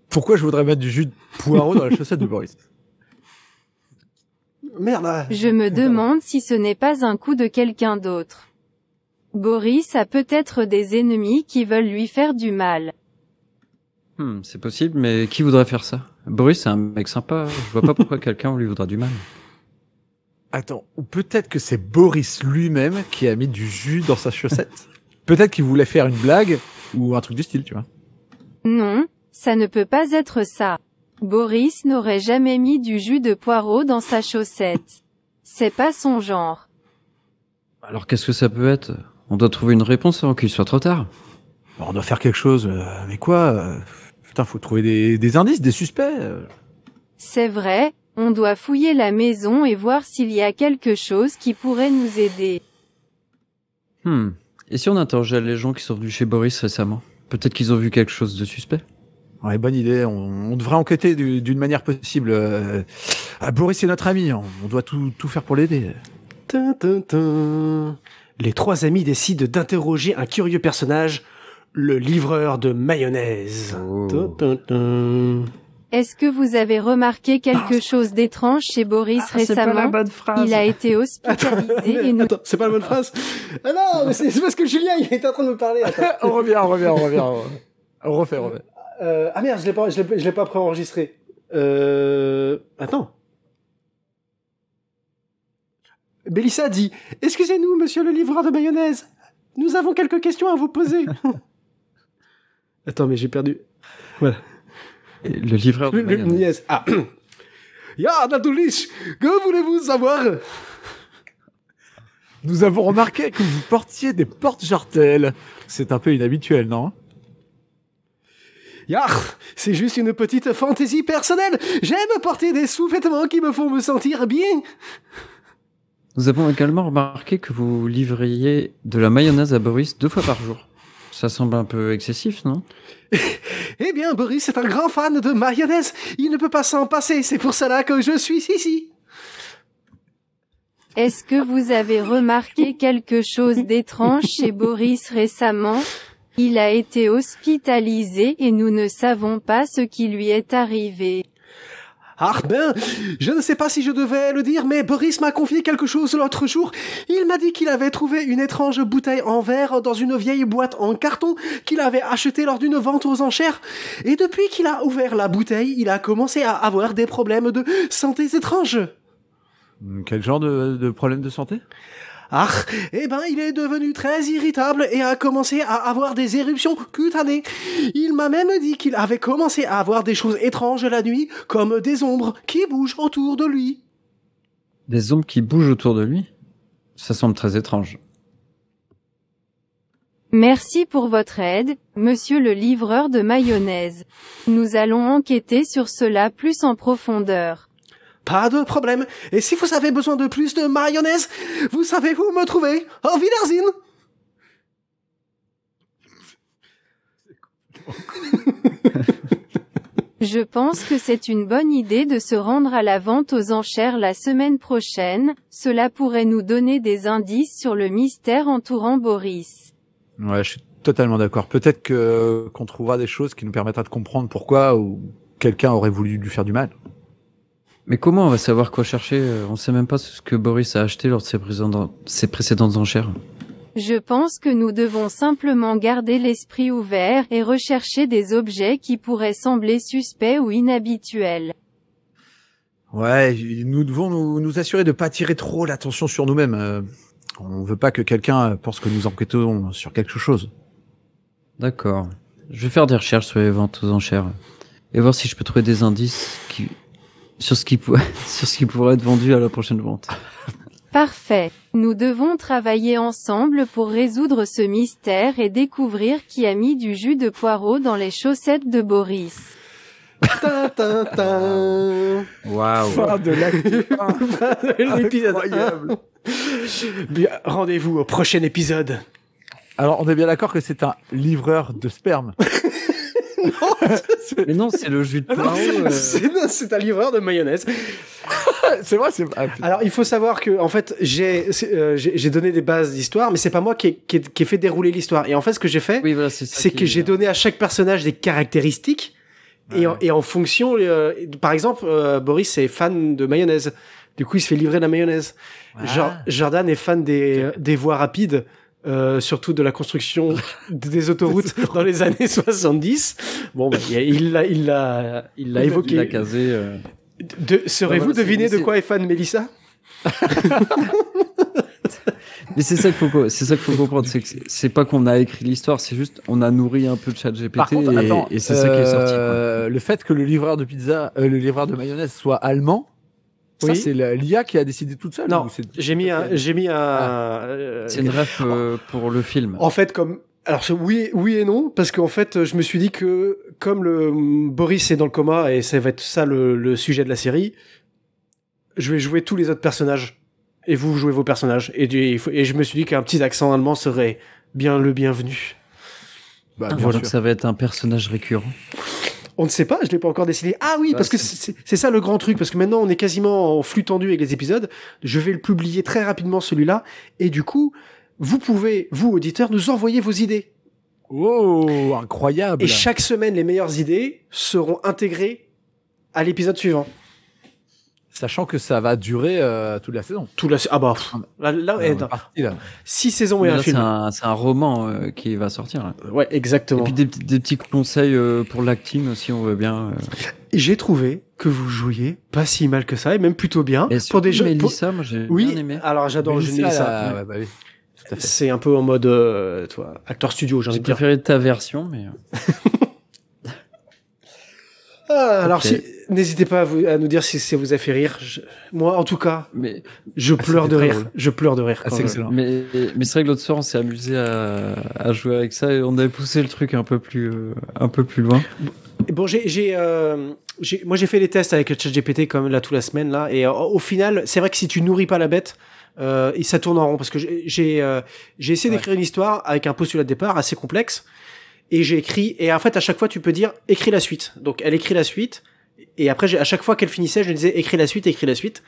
Speaker 1: Pourquoi je voudrais mettre du jus de poireau dans la chaussette de Boris
Speaker 2: Merde ah.
Speaker 6: Je me demande si ce n'est pas un coup de quelqu'un d'autre. Boris a peut-être des ennemis qui veulent lui faire du mal.
Speaker 5: Hmm, c'est possible, mais qui voudrait faire ça Boris, c'est un mec sympa. Je vois pas pourquoi quelqu'un lui voudrait du mal.
Speaker 1: Attends, ou peut-être que c'est Boris lui-même qui a mis du jus dans sa chaussette. peut-être qu'il voulait faire une blague ou un truc du style, tu vois.
Speaker 6: Non, ça ne peut pas être ça. Boris n'aurait jamais mis du jus de poireau dans sa chaussette. C'est pas son genre.
Speaker 5: Alors qu'est-ce que ça peut être On doit trouver une réponse avant qu'il soit trop tard.
Speaker 1: Bon, on doit faire quelque chose. euh, mais quoi euh, Putain, faut trouver des, des indices, des suspects. euh.
Speaker 6: C'est vrai, on doit fouiller la maison et voir s'il y a quelque chose qui pourrait nous aider.
Speaker 5: Hmm. Et si on interrogeait les gens qui sont venus chez Boris récemment Peut-être qu'ils ont vu quelque chose de suspect.
Speaker 1: Ouais, bonne idée. On, on devrait enquêter du- d'une manière possible. euh. Ah, Boris est notre ami. On, on doit tout, tout faire pour l'aider.
Speaker 2: Tin, tin, tin. Les trois amis décident d'interroger un curieux personnage, le livreur de mayonnaise. Tin, tin, tin.
Speaker 6: Est-ce que vous avez remarqué quelque chose d'étrange chez Boris
Speaker 3: Ah, c'est pas la
Speaker 6: récemment
Speaker 3: bonne phrase.
Speaker 6: Il a été hospitalisé et
Speaker 3: (laughs)
Speaker 6: nous...
Speaker 2: Attends, c'est pas la bonne phrase Ah non, mais c'est c'est parce que Julien, il est en train de me parler. attends.
Speaker 1: (laughs) on revient, on revient, on revient. On refait, on refait.
Speaker 2: Euh, ah merde, je l'ai pas, je l'ai- je l'ai pas préenregistré. Euh, attends. Bélissa dit Excusez-nous, monsieur le livreur de mayonnaise. Nous avons quelques questions à vous
Speaker 5: (laughs)
Speaker 2: poser. attends, mais j'ai perdu.
Speaker 5: Et le livreur de
Speaker 2: Le- le-
Speaker 5: mayonnaise.
Speaker 2: yes. Ah. (coughs) Ya, Natoulich, que voulez-vous savoir
Speaker 1: Nous avons remarqué que vous portiez des portes jartelles. C'est un peu inhabituel, non
Speaker 2: Ya, c'est juste une petite fantaisie personnelle. J'aime porter des sous-vêtements qui me font me sentir bien.
Speaker 5: Nous avons également remarqué que vous livriez de la mayonnaise à Boris deux fois par jour. Ça semble un peu excessif, non
Speaker 2: Eh bien, Boris est un grand fan de mayonnaise. Il ne peut pas s'en passer. C'est pour cela que je suis ici.
Speaker 6: Est-ce que vous avez remarqué quelque chose d'étrange chez Boris récemment Il a été hospitalisé et nous ne savons pas ce qui lui est arrivé.
Speaker 2: Ah ben, je ne sais pas si je devais le dire, mais Boris m'a confié quelque chose l'autre jour. Il m'a dit qu'il avait trouvé une étrange bouteille en verre dans une vieille boîte en carton qu'il avait achetée lors d'une vente aux enchères. Et depuis qu'il a ouvert la bouteille, il a commencé à avoir des problèmes de santé étranges.
Speaker 1: Quel genre de, de problème de santé
Speaker 2: Ah, eh ben, il est devenu très irritable et a commencé à avoir des éruptions cutanées. Il m'a même dit qu'il avait commencé à avoir des choses étranges la nuit, comme des ombres qui bougent autour de lui.
Speaker 5: Des ombres qui bougent autour de lui Ça semble très étrange.
Speaker 6: Merci pour votre aide, monsieur le livreur de mayonnaise. Nous allons enquêter sur cela plus en profondeur.
Speaker 2: Pas de problème. Et si vous avez besoin de plus de mayonnaise, vous savez où me trouver. Au (laughs) Wiedersehen!
Speaker 6: Je pense que c'est une bonne idée de se rendre à la vente aux enchères la semaine prochaine, cela pourrait nous donner des indices sur le mystère entourant Boris.
Speaker 1: Ouais, je suis totalement d'accord. Peut-être que qu'on trouvera des choses qui nous permettra de comprendre pourquoi ou quelqu'un aurait voulu lui faire du mal.
Speaker 5: Mais comment on va savoir quoi chercher euh, On sait même pas ce que Boris a acheté lors de ses, présent- ses précédentes enchères.
Speaker 6: Je pense que nous devons simplement garder l'esprit ouvert et rechercher des objets qui pourraient sembler suspects ou inhabituels.
Speaker 1: Ouais, nous devons nous, nous assurer de pas attirer trop l'attention sur nous-mêmes. Euh, on veut pas que quelqu'un pense que nous enquêtons sur quelque chose.
Speaker 5: D'accord. Je vais faire des recherches sur les ventes aux enchères et voir si je peux trouver des indices qui... sur, ce qui pou- (laughs) sur ce qui pourrait être vendu à la prochaine vente.
Speaker 6: Parfait. Nous devons travailler ensemble pour résoudre ce mystère et découvrir qui a mis du jus de poireau dans les chaussettes de Boris.
Speaker 2: Tin, tin, tin.
Speaker 5: Waouh
Speaker 1: (laughs) de
Speaker 2: L'épisode Bien, Rendez-vous au prochain épisode.
Speaker 1: Alors, on est bien d'accord que c'est un livreur de sperme.
Speaker 2: (laughs)
Speaker 5: Mais non, c'est le jus de poireau. euh,
Speaker 2: Ah C'est (laughs) c'est un livreur de mayonnaise.
Speaker 1: c'est vrai, c'est. Ah, putain.
Speaker 2: Alors, il faut savoir que, en fait, j'ai c'est, euh, j'ai j'ai donné des bases d'histoire, mais c'est pas moi qui ai, qui ai- qui ai fait dérouler l'histoire. Et en fait, ce que j'ai fait,
Speaker 5: Oui, voilà, c'est ça.
Speaker 2: c'est
Speaker 5: qui-
Speaker 2: que j'ai donné à chaque personnage des caractéristiques. Et, en, et en fonction, euh, par exemple, euh, Boris est fan de mayonnaise. Du coup, il se fait livrer de la mayonnaise.
Speaker 1: Ah,
Speaker 2: Jor- Jordan est fan des, des voies rapides, euh, surtout de la construction des autoroutes dans les années 70. Bon, bah, il a- il l'a il l'a- il l'a
Speaker 5: Il l'a
Speaker 2: évoqué.
Speaker 5: casé. euh,
Speaker 2: De- Serez-vous
Speaker 5: Bah voilà, c'est-
Speaker 2: deviné de
Speaker 5: c'est-
Speaker 2: quoi est fan Mélissa
Speaker 5: Mais c'est ça qu'il faut, co- c'est ça qu'il faut comprendre, c'est que c'est- c'est pas qu'on a écrit l'histoire, c'est juste on a nourri un peu de chat GPT
Speaker 1: Par contre,
Speaker 5: et,
Speaker 1: attends,
Speaker 5: et c'est ça qui est sorti. quoi.
Speaker 1: euh, Le fait que le livreur de pizza, euh, le livreur de mayonnaise soit allemand, ça
Speaker 2: Oui.
Speaker 1: c'est la- l'IA qui a décidé toute seule.
Speaker 2: Non,
Speaker 1: ou c'est- Bah,
Speaker 2: J'ai mis un. J'ai mis un. euh,
Speaker 5: Ah. C'est une ref euh, pour le film.
Speaker 2: En fait, comme. Alors, ce- oui, oui et non, parce qu'en fait, euh, je me suis dit que, comme le hum, Boris est dans le coma, et ça va être ça le, le sujet de la série, je vais jouer tous les autres personnages. Et vous, vous jouez vos personnages. Et, du- il faut- et je me suis dit qu'un petit accent allemand serait bien le bienvenu.
Speaker 1: Bah,
Speaker 5: Ah,
Speaker 1: bien
Speaker 5: donc
Speaker 1: sûr.
Speaker 5: ça va être un personnage récurrent.
Speaker 2: On ne sait pas, je l'ai pas encore décidé. Ah oui,
Speaker 5: Bah,
Speaker 2: parce que
Speaker 5: c'est-
Speaker 2: c'est c'est ça le grand truc, parce que maintenant on est quasiment en flux tendu avec les épisodes. Je vais le publier très rapidement celui-là, et du coup, vous pouvez, vous auditeurs, nous envoyer vos idées.
Speaker 1: Wow, incroyable.
Speaker 2: Et chaque semaine, les meilleures idées seront intégrées à l'épisode suivant.
Speaker 1: Sachant que ça va durer euh, toute la saison.
Speaker 2: Tout la... Ah bah, pff, là, là,
Speaker 1: Euh, on
Speaker 2: eh,
Speaker 1: est
Speaker 2: attends,
Speaker 1: parti, là.
Speaker 2: six saisons et
Speaker 5: Mais
Speaker 2: un
Speaker 5: là, c'est
Speaker 2: film.
Speaker 5: un, c'est un roman euh, qui va sortir. là.
Speaker 2: Ouais,
Speaker 5: Et
Speaker 2: exactement.
Speaker 5: puis des, petits- des petits conseils euh, pour l'acting aussi, on veut bien. euh.
Speaker 2: J'ai trouvé que vous jouiez pas si mal que ça, et même plutôt bien.
Speaker 5: Et
Speaker 2: pour des
Speaker 5: surtout
Speaker 2: gens, pour-
Speaker 5: Mélissa, moi j'ai bien
Speaker 2: Oui, Ah,
Speaker 5: aimé.
Speaker 2: alors j'adore
Speaker 1: Mais
Speaker 2: Mélissa.
Speaker 1: ça,
Speaker 2: ouais.
Speaker 1: ouais, bah oui. Tout à fait.
Speaker 2: C'est un peu en mode, euh, toi, acteur studio, j'ai envie
Speaker 5: J'ai
Speaker 2: de dire.
Speaker 5: préféré ta version, mais.
Speaker 2: Ah, alors,
Speaker 5: Ok.
Speaker 2: si, n'hésitez pas à, vous- à nous dire si ça vous a fait rire. Je- moi, en tout cas,
Speaker 5: Mais,
Speaker 2: je pleure de
Speaker 1: Ah, c'était
Speaker 2: rire.
Speaker 1: très drôle.
Speaker 2: Je pleure de rire.
Speaker 1: Ah,
Speaker 2: quand
Speaker 1: c'est
Speaker 2: je-
Speaker 1: excellent.
Speaker 5: mais, mais c'est vrai que l'autre soir, on s'est amusé à, à jouer avec ça et on avait poussé le truc un peu plus, euh, un peu plus loin.
Speaker 2: Et Bon, j'ai, j'ai, euh, j'ai- moi, j'ai fait les tests avec ChatGPT comme là toute la semaine là, et euh, au final, c'est vrai que si tu nourris pas la bête, euh, et ça tourne en rond parce que j'ai, j'ai, euh, j'ai essayé d'écrire une histoire avec un postulat de départ assez complexe, et j'ai écrit, et en fait, à chaque fois, tu peux dire écris la suite. Donc, elle écrit la suite, et après, j'ai- à chaque fois qu'elle finissait, je lui disais écris la suite, écris la suite.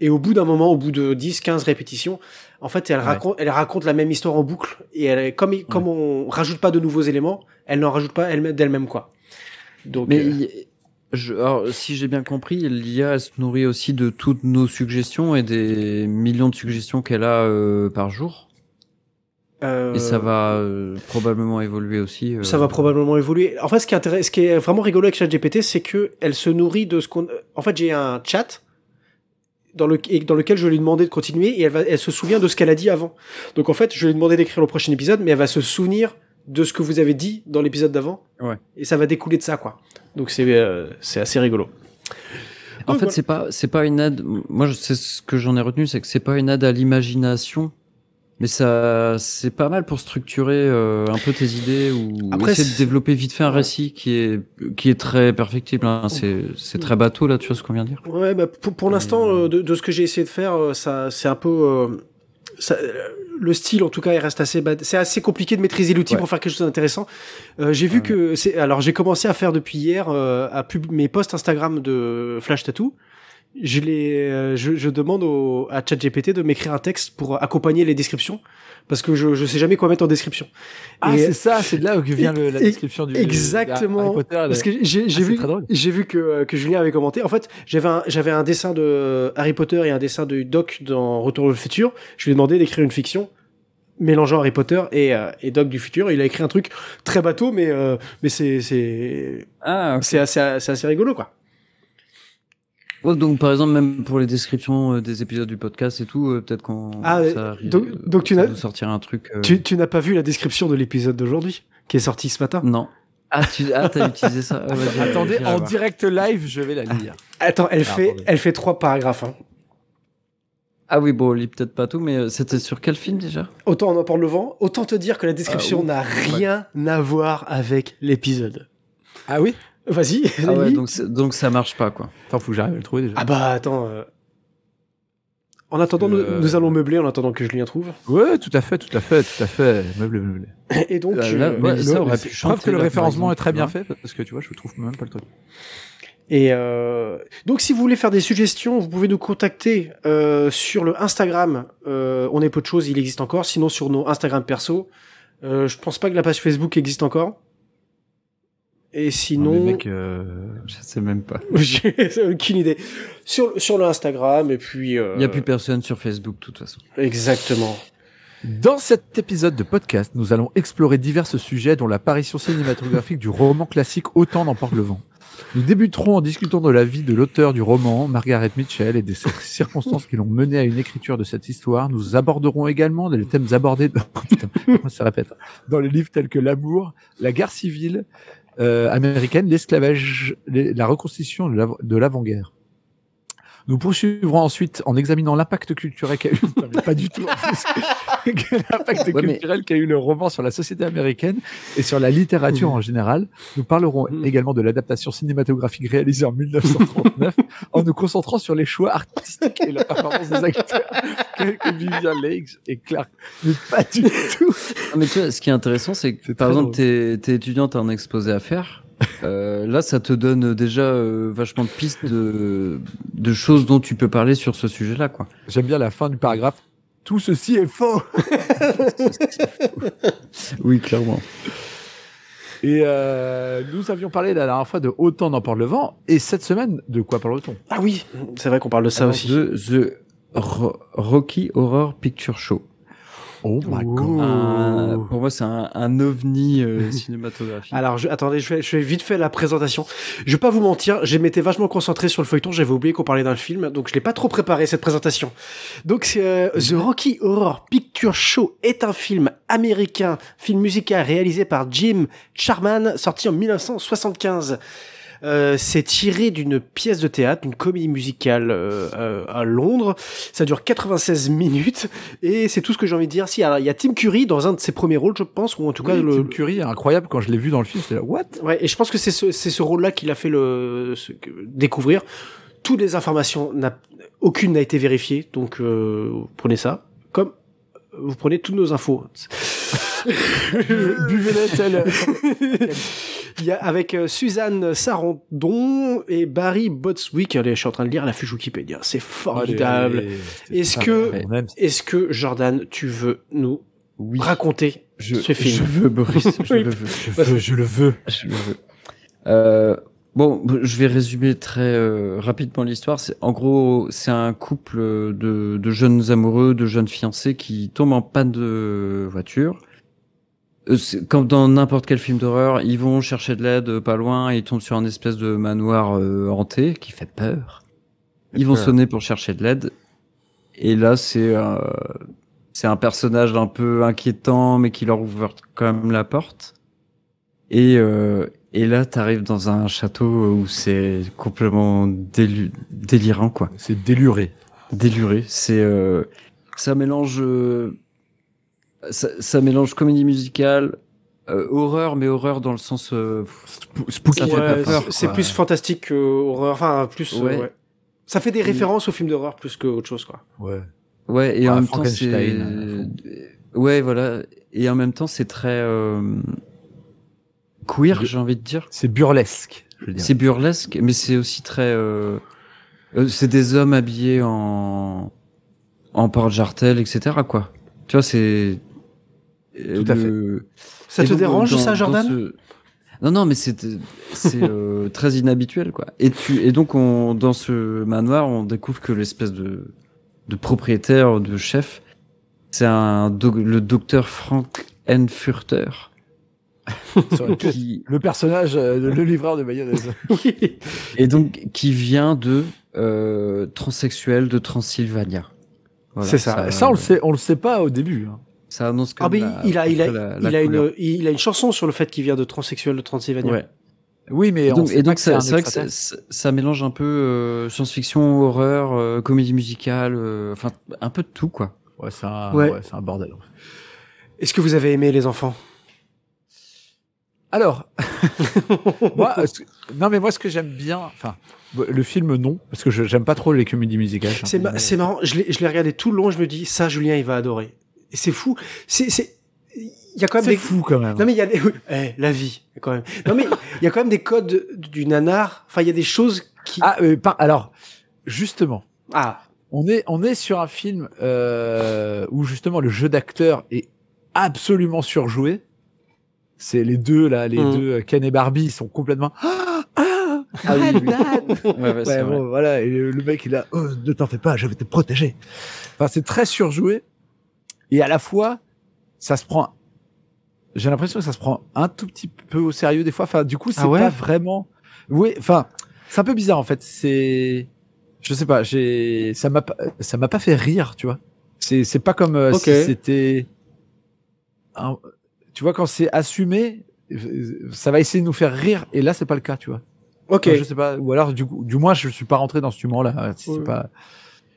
Speaker 2: Et au bout d'un moment, au bout de 10, 15 répétitions, en fait, elle, raconte, elle raconte la même histoire en boucle. Et elle, comme, comme on rajoute pas de nouveaux éléments, elle n'en rajoute pas elle-même d'elle-même, quoi. Donc,
Speaker 5: Mais
Speaker 2: euh,
Speaker 5: il- je- alors, si j'ai bien compris, l'IA elle se nourrit aussi de toutes nos suggestions et des millions de suggestions qu'elle a euh, par jour.
Speaker 2: euh,
Speaker 5: Et ça va euh, probablement évoluer aussi. euh.
Speaker 2: Ça va probablement évoluer. En fait, ce qui est, intéress- ce qui est vraiment rigolo avec ChatGPT, c'est que elle se nourrit de ce qu'on. En fait, j'ai un chat dans, le... et dans lequel je vais lui demander de continuer et elle, va... elle se souvient de ce qu'elle a dit avant. Donc, en fait, je vais lui demander d'écrire le prochain épisode, mais elle va se souvenir de ce que vous avez dit dans l'épisode d'avant.
Speaker 5: Ouais.
Speaker 2: Et ça va découler de ça, quoi. Donc, c'est euh, c'est assez rigolo.
Speaker 5: En
Speaker 2: Donc,
Speaker 5: fait,
Speaker 2: voilà.
Speaker 5: c'est pas, c'est pas une aide. Moi, je sais ce que j'en ai retenu, c'est que c'est pas une aide à l'imagination, mais ça, c'est pas mal pour structurer euh, un peu tes idées ou
Speaker 2: Après,
Speaker 5: essayer de
Speaker 2: c'est-
Speaker 5: développer vite fait un
Speaker 2: Ouais.
Speaker 5: récit qui est, qui est très perfectible. hein.
Speaker 2: Oh.
Speaker 5: C'est, c'est très bateau là, tu vois ce qu'on vient de dire.
Speaker 2: Ouais, bah, pour, pour l'instant, euh, de, de ce que j'ai essayé de faire, euh, ça, c'est un peu. euh, ça- euh, le style, en tout cas, il reste assez. bad- C'est assez compliqué de maîtriser l'outil pour faire quelque chose d'intéressant. Euh, j'ai vu
Speaker 5: Ouais.
Speaker 2: que. c'est Alors, j'ai commencé à faire depuis hier euh, à pub... mes posts Instagram de Flash Tattoo. Je, les, euh, je, je demande au, à ChatGPT de m'écrire un texte pour accompagner les descriptions parce que je, je sais jamais quoi mettre en description.
Speaker 1: Ah,
Speaker 2: Et-
Speaker 1: c'est ça, c'est de là que vient le- la
Speaker 2: Et-
Speaker 1: description du
Speaker 2: exactement.
Speaker 1: Harry Potter, là.
Speaker 2: Parce que
Speaker 1: Ah,
Speaker 2: j'ai j'ai
Speaker 1: c'est
Speaker 2: vu,
Speaker 1: très drôle.
Speaker 2: j'ai vu que, euh, que Julien avait commenté. En fait, j'avais un, j'avais un dessin de Harry Potter et un dessin de Doc dans Retour vers le futur. Je lui ai demandé d'écrire une fiction mélangeant Harry Potter et, euh, et Doc du futur. Il a écrit un truc très bateau, mais, euh, mais c'est, c'est,
Speaker 5: Ah,
Speaker 2: c'est assez, c'est assez rigolo, quoi.
Speaker 5: Oh, donc par exemple, même pour les descriptions euh, des épisodes du podcast et tout, euh, peut-être qu'on.
Speaker 2: Ah,
Speaker 5: ça arrive,
Speaker 2: donc-
Speaker 5: euh,
Speaker 2: donc tu
Speaker 5: ça
Speaker 2: n'as-
Speaker 5: nous sortir un truc. euh,
Speaker 2: Tu, tu n'as pas vu la description de l'épisode d'aujourd'hui qui est sorti ce matin
Speaker 5: Non. Ah, tu ah, t'as utilisé ça. Ah, vas-y,
Speaker 1: Attendez,
Speaker 5: j'irai
Speaker 1: en
Speaker 5: voir.
Speaker 1: direct live, je vais la lire.
Speaker 2: Attends, elle
Speaker 1: Ah,
Speaker 2: fait,
Speaker 1: pardon.
Speaker 2: elle fait trois paragraphes. hein.
Speaker 5: Ah oui, bon, on lit peut-être pas tout, mais euh, c'était sur quel film déjà
Speaker 2: Autant on en parle le vent, autant te dire que la description
Speaker 5: ouf,
Speaker 2: n'a rien à voir avec l'épisode.
Speaker 1: Ah oui
Speaker 2: Vas-y, (laughs)
Speaker 5: Ah ouais,
Speaker 2: Nelly.
Speaker 5: donc, c'est- donc ça marche pas quoi.
Speaker 1: Attends, faut que j'arrive à le trouver déjà.
Speaker 2: Ah bah attends. euh, En attendant, nous,
Speaker 1: Euh,
Speaker 2: nous allons meubler en attendant que Julien trouve.
Speaker 1: Ouais, tout à fait, tout à fait, tout à fait. Meuble, meuble.
Speaker 2: Et donc,
Speaker 5: Là,
Speaker 2: euh,
Speaker 5: là,
Speaker 2: ouais,
Speaker 5: Mélissa
Speaker 2: le-
Speaker 5: aurait
Speaker 1: C'est-
Speaker 5: pu
Speaker 1: je
Speaker 5: chanter,
Speaker 1: trouve que le
Speaker 5: là, par
Speaker 1: référencement
Speaker 5: exemple,
Speaker 1: est très
Speaker 5: tu
Speaker 1: bien
Speaker 5: vois.
Speaker 1: fait parce que tu vois, je trouve même pas le truc.
Speaker 2: et euh, donc, si vous voulez faire des suggestions, vous pouvez nous contacter euh, sur le Instagram. euh, on est peu de choses, il existe encore. Sinon, sur nos Instagram perso, euh, je pense pas que la page Facebook existe encore. Et sinon,
Speaker 1: mec, euh,
Speaker 5: Je sais même pas.
Speaker 2: (laughs) j'ai aucune idée. Sur sur le Instagram et puis. euh,
Speaker 5: Il n'y a plus personne sur Facebook de toute façon.
Speaker 2: Exactement.
Speaker 1: Dans cet épisode de podcast, nous allons explorer divers sujets dont l'apparition cinématographique du roman classique Autant n'emporte le vent. Nous débuterons en discutant de la vie de l'auteur du roman, Margaret Mitchell, et des cir- circonstances qui l'ont mené à une écriture de cette histoire. Nous aborderons également des thèmes abordés dans, Putain, comment ça répète (laughs) dans les livres tels que l'amour, la guerre civile euh, américaine, l'esclavage, les- la reconstitution de l'av- de l'avant-guerre. Nous poursuivrons ensuite en examinant l'impact culturel qu'a eu, (laughs) Putain, mais pas du tout, en plus. (laughs) Quel impact
Speaker 5: Ouais, mais-
Speaker 1: culturel qu'a eu le roman sur la société américaine et sur la littérature en général. Nous parlerons
Speaker 5: Mm.
Speaker 2: Mhm.
Speaker 1: également de l'adaptation cinématographique réalisée en
Speaker 5: (laughs)
Speaker 1: 1939 en nous concentrant sur les choix artistiques et la performance des acteurs (laughs) tels que Vivian Lakes et Clark. Mais pas du tout.
Speaker 5: Non, mais tu vois, ce qui est intéressant, c'est que par
Speaker 1: très
Speaker 5: exemple, t'es t'es étudiant, t'as un exposé à (laughs) faire. Euh, là, ça te donne déjà euh, vachement de pistes de, de choses dont tu peux parler sur ce sujet-là, quoi.
Speaker 1: J'aime bien la fin du paragraphe. Tout ceci est faux.
Speaker 5: Oui, clairement.
Speaker 1: Et euh, nous avions parlé la dernière fois de Autant n'emporte le vent et cette semaine de quoi parle-t-on
Speaker 2: Ah oui, c'est vrai qu'on parle
Speaker 5: Ah
Speaker 2: de ça aussi.
Speaker 5: The, The Ro- Rocky Horror Picture Show.
Speaker 1: Oh
Speaker 2: Ouh.
Speaker 5: Un- pour moi, c'est un, un ovni euh, cinématographique.
Speaker 2: Alors, je, attendez, je fais, je fais vite fait la présentation. Je vais pas vous mentir, je m'étais vachement concentré sur le feuilleton, j'avais oublié qu'on parlait d'un film, donc je l'ai pas trop préparé cette présentation. Donc, c'est, euh, The Rocky Horror Picture Show est un film américain, film musical réalisé par Jim Charman, sorti en 1975. Euh, c'est tiré d'une pièce de théâtre, d'une comédie musicale euh, euh, à Londres. Ça dure 96 minutes et c'est tout ce que j'ai envie de dire. Si, alors, il y a Tim Curry dans un de ses premiers rôles, je pense, ou en tout cas
Speaker 1: Oui,
Speaker 2: le,
Speaker 1: Tim Curry est incroyable quand je l'ai vu dans le film. J'étais là, (laughs) what
Speaker 2: Ouais, et je pense que c'est ce, c'est ce rôle-là qui l'a fait le, ce que- découvrir. Toutes les informations, n'a- aucune n'a été vérifiée, donc euh, vous prenez ça. Comme vous prenez toutes nos infos.
Speaker 1: Buvez-la telle.
Speaker 2: Il y a avec euh, Suzanne Sarandon et Barry Botswick. Allez, je suis en train de lire la fiche Wikipédia. C'est
Speaker 1: Oh,
Speaker 2: formidable.
Speaker 1: Allez, allez.
Speaker 2: Est-ce que-
Speaker 1: On aime
Speaker 2: Est-ce que Jordan, tu veux nous
Speaker 5: oui,
Speaker 2: raconter
Speaker 5: je,
Speaker 2: ce film.
Speaker 5: je veux Boris,
Speaker 2: (laughs)
Speaker 5: je
Speaker 2: Oui.
Speaker 5: le veux.
Speaker 1: Je veux, je le veux.
Speaker 5: Je le veux. Euh, bon, je vais résumer très euh, rapidement l'histoire. C'est- En gros, c'est un couple de, de jeunes amoureux, de jeunes fiancés qui tombent en panne de voiture. Euh, c'est- Comme dans n'importe quel film d'horreur, ils vont chercher de l'aide euh, pas loin et ils tombent sur un espèce de manoir euh, hanté qui fait peur. Ils vont
Speaker 1: peur.
Speaker 5: sonner pour chercher de l'aide. Et là, c'est euh, c'est un personnage un peu inquiétant, mais qui leur ouvre quand même la porte. Et, euh, et là, t'arrives dans un château où c'est complètement délu- délirant, quoi.
Speaker 1: C'est déluré.
Speaker 5: Déluré. C'est euh, ça mélange euh, ça, ça mélange comédie musicale, euh, horreur, mais horreur dans le sens euh,
Speaker 1: Sp- spooky.
Speaker 5: Ça fait
Speaker 2: Ouais,
Speaker 5: pas peur,
Speaker 2: c'est- C'est
Speaker 1: quoi.
Speaker 2: plus fantastique que horreur. Enfin, plus. euh,
Speaker 5: Ouais.
Speaker 2: ouais. Ça fait des références aux films d'horreur plus qu'autre chose, quoi.
Speaker 1: Ouais.
Speaker 5: Ouais, et
Speaker 1: Ouais,
Speaker 5: en même temps, c'est.
Speaker 1: Frankenstein, euh,
Speaker 5: Ouais, voilà. Et en même temps, c'est très. euh, queer, j'ai envie de dire.
Speaker 1: C'est burlesque, je veux dire.
Speaker 5: C'est burlesque, mais c'est aussi très. euh, euh, c'est des hommes habillés en. en porte-jartel, etc., quoi. Tu vois, c'est. euh,
Speaker 1: Tout à
Speaker 5: le-
Speaker 2: Ça
Speaker 5: Et
Speaker 2: te
Speaker 5: donc,
Speaker 2: dérange,
Speaker 5: dans-
Speaker 2: ça,
Speaker 5: dans
Speaker 2: Jordan
Speaker 5: ce- Non, non, mais c'est
Speaker 2: (laughs)
Speaker 5: c'est, euh, très inhabituel, quoi. Et, tu, et donc, on, dans ce manoir, on découvre que l'espèce de, de propriétaire, de chef, c'est un doc- le docteur Frank Enfurter.
Speaker 1: Ça aurait pu être
Speaker 5: qui,
Speaker 1: Le personnage, euh, de- le livreur de mayonnaise.
Speaker 2: (laughs)
Speaker 5: et donc, qui vient de euh, transsexuel de Transylvanie. Voilà,
Speaker 2: C'est ça.
Speaker 1: Ça, on le sait, on le sait pas au début. hein.
Speaker 5: Ça annonce quand
Speaker 2: Ah mais
Speaker 5: même la-
Speaker 2: il a il a
Speaker 5: la- la
Speaker 2: il a
Speaker 5: couleur.
Speaker 2: une il a une chanson sur le fait qu'il vient de transsexuel de Transylvanie.
Speaker 5: Ouais.
Speaker 1: Oui, mais
Speaker 5: Et
Speaker 1: on
Speaker 5: donc,
Speaker 1: sait
Speaker 5: et
Speaker 1: pas
Speaker 5: donc
Speaker 1: que c'est
Speaker 5: ça,
Speaker 1: un
Speaker 5: c'est vrai que ça,
Speaker 1: extraterrestre.
Speaker 5: ça- ça mélange un peu euh, science-fiction, horreur, euh, comédie musicale, euh, enfin un peu de tout quoi.
Speaker 1: Ouais, c'est un,
Speaker 2: Ouais.
Speaker 1: ouais, c'est un bordel.
Speaker 2: Est-ce que vous avez aimé les enfants
Speaker 1: Alors, (laughs) moi, euh, ce- non, mais moi, ce que j'aime bien, enfin, bah, le film, non, parce que je- j'aime pas trop les comédies musicales.
Speaker 2: C'est ma- c'est marrant, je l'ai je l'ai regardé tout le long, je me dis ça Julien il va adorer. Et c'est fou, c'est c'est il y a quand même
Speaker 1: C'est
Speaker 2: des
Speaker 1: fou quand même.
Speaker 2: Non mais il y a des (laughs) Eh, la vie quand même. Non mais il y a quand même des codes du nanar, enfin il y a des choses qui
Speaker 1: Ah, euh, par- alors, justement,
Speaker 2: Ah,
Speaker 1: on est, on est sur un film euh, où justement le jeu d'acteur est absolument surjoué. C'est les deux là, les
Speaker 2: Mm.
Speaker 1: deux euh, Ken et Barbie, ils sont complètement. (gasps) Ah, ah,
Speaker 5: Ah oui, oui.
Speaker 1: Alan
Speaker 5: Ouais, ouais,
Speaker 1: Ouais,
Speaker 5: c'est vrai.
Speaker 1: bon, voilà, et le le mec il a oh, ne t'en fais pas, je vais te protéger. Enfin, c'est très surjoué et à la fois ça se prend j'ai l'impression que ça se prend un tout petit peu au sérieux des fois. Enfin, du coup, c'est
Speaker 2: Ah ouais
Speaker 1: pas vraiment Oui, enfin, c'est un peu bizarre en fait. C'est, je sais pas, j'ai, ça m'a, pas- ça m'a pas fait rire, tu vois. C'est, c'est pas comme euh,
Speaker 2: Ok.
Speaker 1: si c'était, un- tu vois, quand c'est assumé, euh, ça va essayer de nous faire rire. Et là, c'est pas le cas, tu vois.
Speaker 2: Ok.
Speaker 5: Ah,
Speaker 1: Enfin, je sais pas. Ou alors, du coup, du moins, je suis pas rentré dans ce humour-là. hein, C'est
Speaker 2: Ouais.
Speaker 1: pas.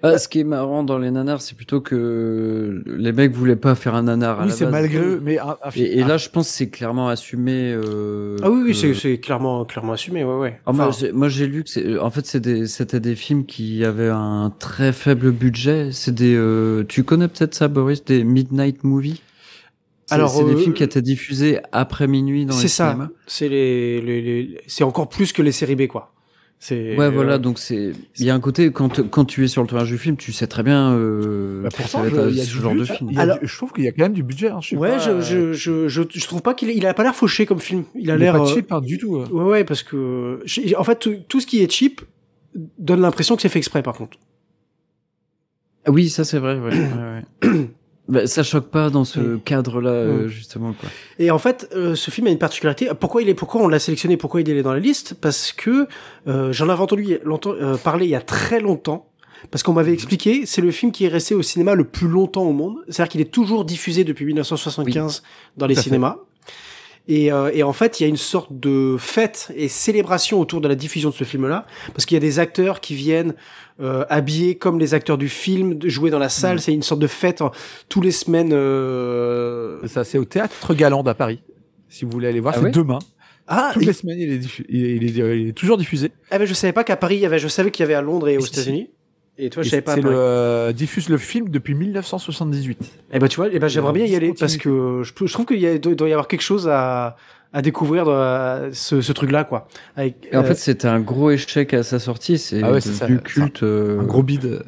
Speaker 5: Ah, ce qui est marrant dans les nanars, c'est plutôt que les mecs voulaient pas faire un nanar. à
Speaker 1: oui,
Speaker 5: la
Speaker 1: c'est
Speaker 5: base. euh, Ah.
Speaker 1: malgré eux, mais un, un
Speaker 5: Et, et
Speaker 1: un-
Speaker 5: là, je pense que c'est clairement assumé. euh,
Speaker 2: Ah oui, oui,
Speaker 5: que-
Speaker 2: c'est- c'est clairement, clairement assumé, ouais, ouais.
Speaker 5: Ah, moi,
Speaker 2: Enfin,
Speaker 5: j'ai- moi, j'ai lu que c'est- euh, en fait c'est des- c'était des films qui avaient un très faible budget. C'est des euh, tu connais peut-être ça Boris des midnight movies. C'est-
Speaker 2: Alors,
Speaker 5: c'est
Speaker 2: euh,
Speaker 5: des films qui étaient diffusés après minuit dans les
Speaker 2: c'est ça.
Speaker 5: cinémas.
Speaker 2: C'est les, les, les- c'est encore plus que les séries B, quoi. C'est.
Speaker 5: Ouais voilà donc c'est il y a un côté quand quand tu es sur le tournage du film tu sais très bien euh,
Speaker 1: Bah,
Speaker 5: que
Speaker 1: pourtant,
Speaker 5: ça va
Speaker 1: je-
Speaker 5: être
Speaker 1: il y a
Speaker 5: ce
Speaker 1: du
Speaker 5: genre de
Speaker 1: but.
Speaker 5: film.
Speaker 1: Il y a
Speaker 2: Alors-
Speaker 1: du- je trouve qu'il y a quand même du budget. Hein, je suis
Speaker 2: Ouais,
Speaker 1: pas-
Speaker 2: je, je, je, je, je trouve pas qu'il est- il a pas l'air fauché comme film. Il
Speaker 1: il
Speaker 2: a
Speaker 1: est
Speaker 2: l'air.
Speaker 1: pas
Speaker 2: euh,
Speaker 1: cheap hein, du tout. hein.
Speaker 2: Ouais, ouais, parce que j'ai- en fait tout, tout ce qui est cheap donne l'impression que c'est fait exprès, par contre.
Speaker 5: Ah Oui ça c'est vrai ouais, ouais, (coughs) ouais. Bah, ça choque pas dans ce cadre là
Speaker 2: Mm.
Speaker 5: justement quoi.
Speaker 2: Et en fait, euh, ce film a une particularité. Pourquoi il est, pourquoi on l'a sélectionné, pourquoi il est dans la liste Parce que euh, j'en avais entendu longtemps, euh, parler il y a très longtemps. Parce qu'on m'avait expliqué, c'est le film qui est resté au cinéma le plus longtemps au monde. C'est-à-dire qu'il est toujours diffusé depuis 1975 dans les
Speaker 1: Tout à fait.
Speaker 2: cinémas. Et, euh, et en fait, il y a une sorte de fête et célébration autour de la diffusion de ce film-là, parce qu'il y a des acteurs qui viennent euh, habillés comme les acteurs du film, de jouer dans la
Speaker 1: Mmh.
Speaker 2: salle. C'est une sorte de fête hein, tous les semaines. euh,
Speaker 1: C'est Ça, c'est au théâtre Galande à Paris. Si vous voulez aller voir,
Speaker 5: Ah
Speaker 1: c'est
Speaker 5: ouais
Speaker 1: demain.
Speaker 2: Ah,
Speaker 1: Toutes
Speaker 2: et-
Speaker 1: les semaines, il est, diffu- il est- il est- il est toujours diffusé.
Speaker 2: Ah ben je savais pas qu'à Paris il y avait, je savais qu'il y avait à Londres et aux
Speaker 1: Si, si.
Speaker 2: États-Unis. Et toi je
Speaker 1: Et
Speaker 2: savais pas. à
Speaker 1: c'est
Speaker 2: Paris.
Speaker 1: le, euh, diffuse le film depuis 1978.
Speaker 2: Eh ben tu vois, eh ben j'aimerais bien y aller
Speaker 1: Discontinuité.
Speaker 2: parce que je, peux- je trouve qu'il y a- doit doit y avoir quelque chose à, à découvrir dans euh, ce, ce truc-là quoi. Avec,
Speaker 5: Et en
Speaker 2: euh,
Speaker 5: fait c'était un gros échec à sa sortie c'est
Speaker 1: Ah ouais, c'est ça,
Speaker 5: devenu
Speaker 1: c'est un-
Speaker 5: culte. euh,
Speaker 1: Un gros bide.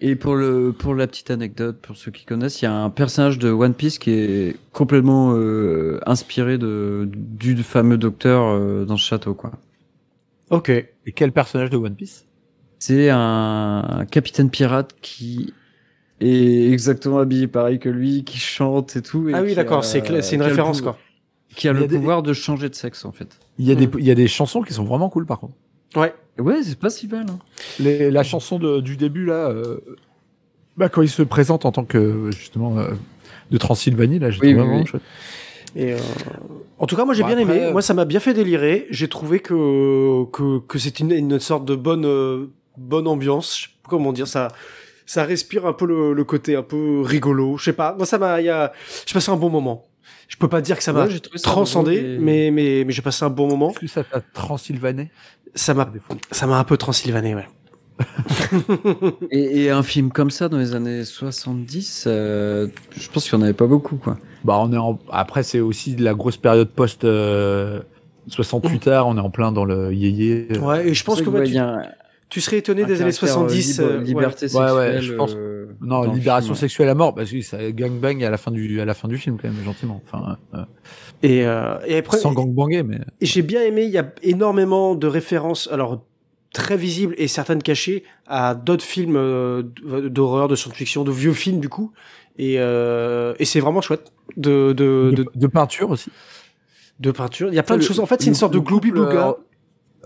Speaker 5: Et pour le pour la petite anecdote, pour ceux qui connaissent, il y a un personnage de One Piece qui est complètement euh, inspiré de du fameux docteur euh, dans ce château quoi.
Speaker 2: euh, ok.
Speaker 1: Et quel personnage de One Piece
Speaker 5: C'est un, un capitaine pirate qui est exactement habillé pareil que lui, qui chante et tout. et
Speaker 2: Ah oui
Speaker 5: qui a-
Speaker 2: d'accord,
Speaker 1: euh,
Speaker 2: c'est cla- c'est une
Speaker 5: qui a le
Speaker 2: référence
Speaker 5: pou-
Speaker 2: quoi.
Speaker 5: Qui a
Speaker 1: Il y
Speaker 5: le
Speaker 1: a des-
Speaker 5: pouvoir de changer de sexe en fait.
Speaker 1: il y, a des,
Speaker 2: Hmm.
Speaker 1: il y a des chansons qui sont vraiment cool par contre.
Speaker 2: Ouais.
Speaker 5: Ouais, c'est pas si mal. hein.
Speaker 1: Les- la chanson de- du début là, euh, bah, quand il se présente en tant que justement euh, de Transylvanie là, j'ai
Speaker 5: Oui,
Speaker 1: trouvé
Speaker 5: oui,
Speaker 1: vraiment
Speaker 5: oui.
Speaker 1: chouette.
Speaker 2: Et, euh, En tout cas moi j'ai
Speaker 1: Bon,
Speaker 2: bien
Speaker 1: après,
Speaker 2: aimé.
Speaker 1: euh,
Speaker 2: Moi ça m'a bien fait délirer. J'ai trouvé que que que c'est une, une sorte de bonne euh, bonne ambiance. Je sais pas comment dire ça. Ça respire un peu le, le côté un peu rigolo. Je sais pas. Moi ça m'a, il y a- j'ai passé un bon moment. Je peux pas dire que ça m'a
Speaker 5: Ouais, j'ai trouvé ça drôle
Speaker 2: transcendé,
Speaker 5: et-
Speaker 2: mais, mais, mais j'ai passé un bon moment.
Speaker 1: Est-ce que ça t'a transylvané
Speaker 2: Ça m'a,
Speaker 1: des fois
Speaker 2: ça m'a un peu transylvané, ouais.
Speaker 5: Et, et un film comme ça dans les années 70, euh, je pense qu'il n'y en avait pas beaucoup quoi.
Speaker 1: Bah, on est en- Après, c'est aussi de la grosse période post euh, 68 tard, on est en plein dans le yéyé. euh.
Speaker 2: Ouais, et je pense
Speaker 5: C'est
Speaker 2: que
Speaker 5: vrai
Speaker 2: ouais,
Speaker 5: qu'il
Speaker 2: tu,
Speaker 5: y a un-
Speaker 2: tu serais étonné
Speaker 5: un
Speaker 2: des années
Speaker 5: caractère, euh,
Speaker 2: 70.
Speaker 5: libre-
Speaker 2: euh, ouais.
Speaker 5: liberté
Speaker 1: Ouais, ouais,
Speaker 5: sexuelle.
Speaker 1: je pense.
Speaker 5: euh,
Speaker 1: Non,
Speaker 5: dans le
Speaker 1: libération
Speaker 5: film, ouais.
Speaker 1: sexuelle à mort, parce que ça gangbang à la fin du à la fin du film quand même gentiment. Enfin, euh,
Speaker 2: Et, euh, et après,
Speaker 1: sans gangbanger, mais
Speaker 2: et j'ai bien aimé, il y a énormément de références, alors très visibles et certaines cachées, à d'autres films euh, d'horreur, de science-fiction, de vieux films du coup. Et, euh, et c'est vraiment chouette de, de,
Speaker 1: de,
Speaker 2: euh, de,
Speaker 1: de peinture aussi.
Speaker 2: de peinture. Il y a plein de
Speaker 1: Le-
Speaker 2: choses. En fait, c'est une
Speaker 1: le-
Speaker 2: sorte de
Speaker 1: le couple,
Speaker 2: gloopy-booga.
Speaker 1: euh,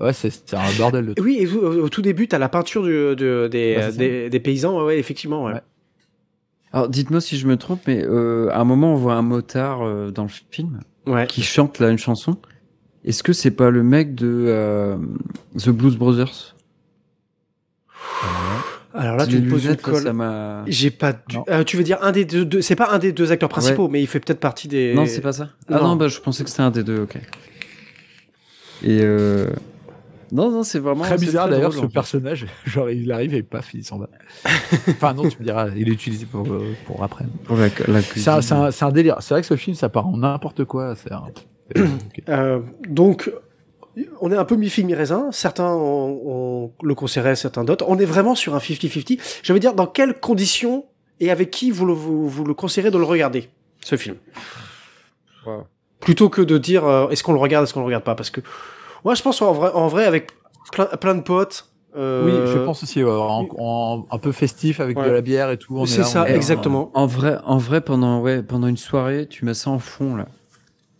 Speaker 1: Ouais, c'est c'est un bordel. Le truc.
Speaker 2: Oui, et vous, au au tout début, t'as la peinture du- de- des,
Speaker 1: Ouais, c'est ça.
Speaker 2: des, des paysans, ouais, ouais, effectivement. Ouais.
Speaker 1: Ouais.
Speaker 5: Alors dites-moi si je me trompe, mais euh, à un moment on voit un motard euh, dans le film
Speaker 2: Ouais.
Speaker 5: qui chante là une chanson. Est-ce que c'est pas le mec de euh, The Blues Brothers
Speaker 2: Alors là,
Speaker 5: Les
Speaker 2: tu me poses une
Speaker 5: lunettes, là, ça
Speaker 2: colle.
Speaker 5: m'a.
Speaker 2: J'ai pas. du-
Speaker 1: Non.
Speaker 2: Euh, tu veux dire un des deux, deux- c'est pas un des deux acteurs principaux, mais il fait peut-être partie des.
Speaker 5: Non, c'est pas ça. Ah
Speaker 2: Non.
Speaker 5: non, bah, je pensais que c'était un des deux. Ok. Et euh... non, non, c'est vraiment
Speaker 1: très
Speaker 5: c'est
Speaker 1: bizarre d'ailleurs
Speaker 5: drôle,
Speaker 1: ce
Speaker 5: en fait.
Speaker 1: personnage. (laughs) Genre il arrive et paf, il s'en va. enfin non, tu me diras, il est utilisé pour euh, pour après.
Speaker 5: Pour la, la
Speaker 1: C'est un,
Speaker 5: cuisine.
Speaker 1: c'est un- c'est un délire. C'est vrai que ce film, ça part en n'importe quoi. C'est un-
Speaker 2: Euh, donc, on est un peu mi-figue, mi-raisin. Certains on, on le conseillerait, certains d'autres. On est vraiment sur un 50-50. Je veux dire, dans quelles conditions et avec qui vous le, vous, vous le conseillerez de le regarder, ce film
Speaker 5: Wow.
Speaker 2: Plutôt que de dire euh, est-ce qu'on le regarde, est-ce qu'on le regarde pas Parce que moi, je pense en vrai, en vrai avec plein, plein de potes. euh,
Speaker 1: Oui, je pense aussi ouais, en- en- un peu festif avec
Speaker 2: Ouais.
Speaker 1: de la bière et tout. on est
Speaker 2: C'est
Speaker 1: là, on
Speaker 2: ça,
Speaker 1: est là,
Speaker 2: exactement.
Speaker 5: En vrai, en vrai, pendant ouais, pendant une soirée, tu mets ça en fond là.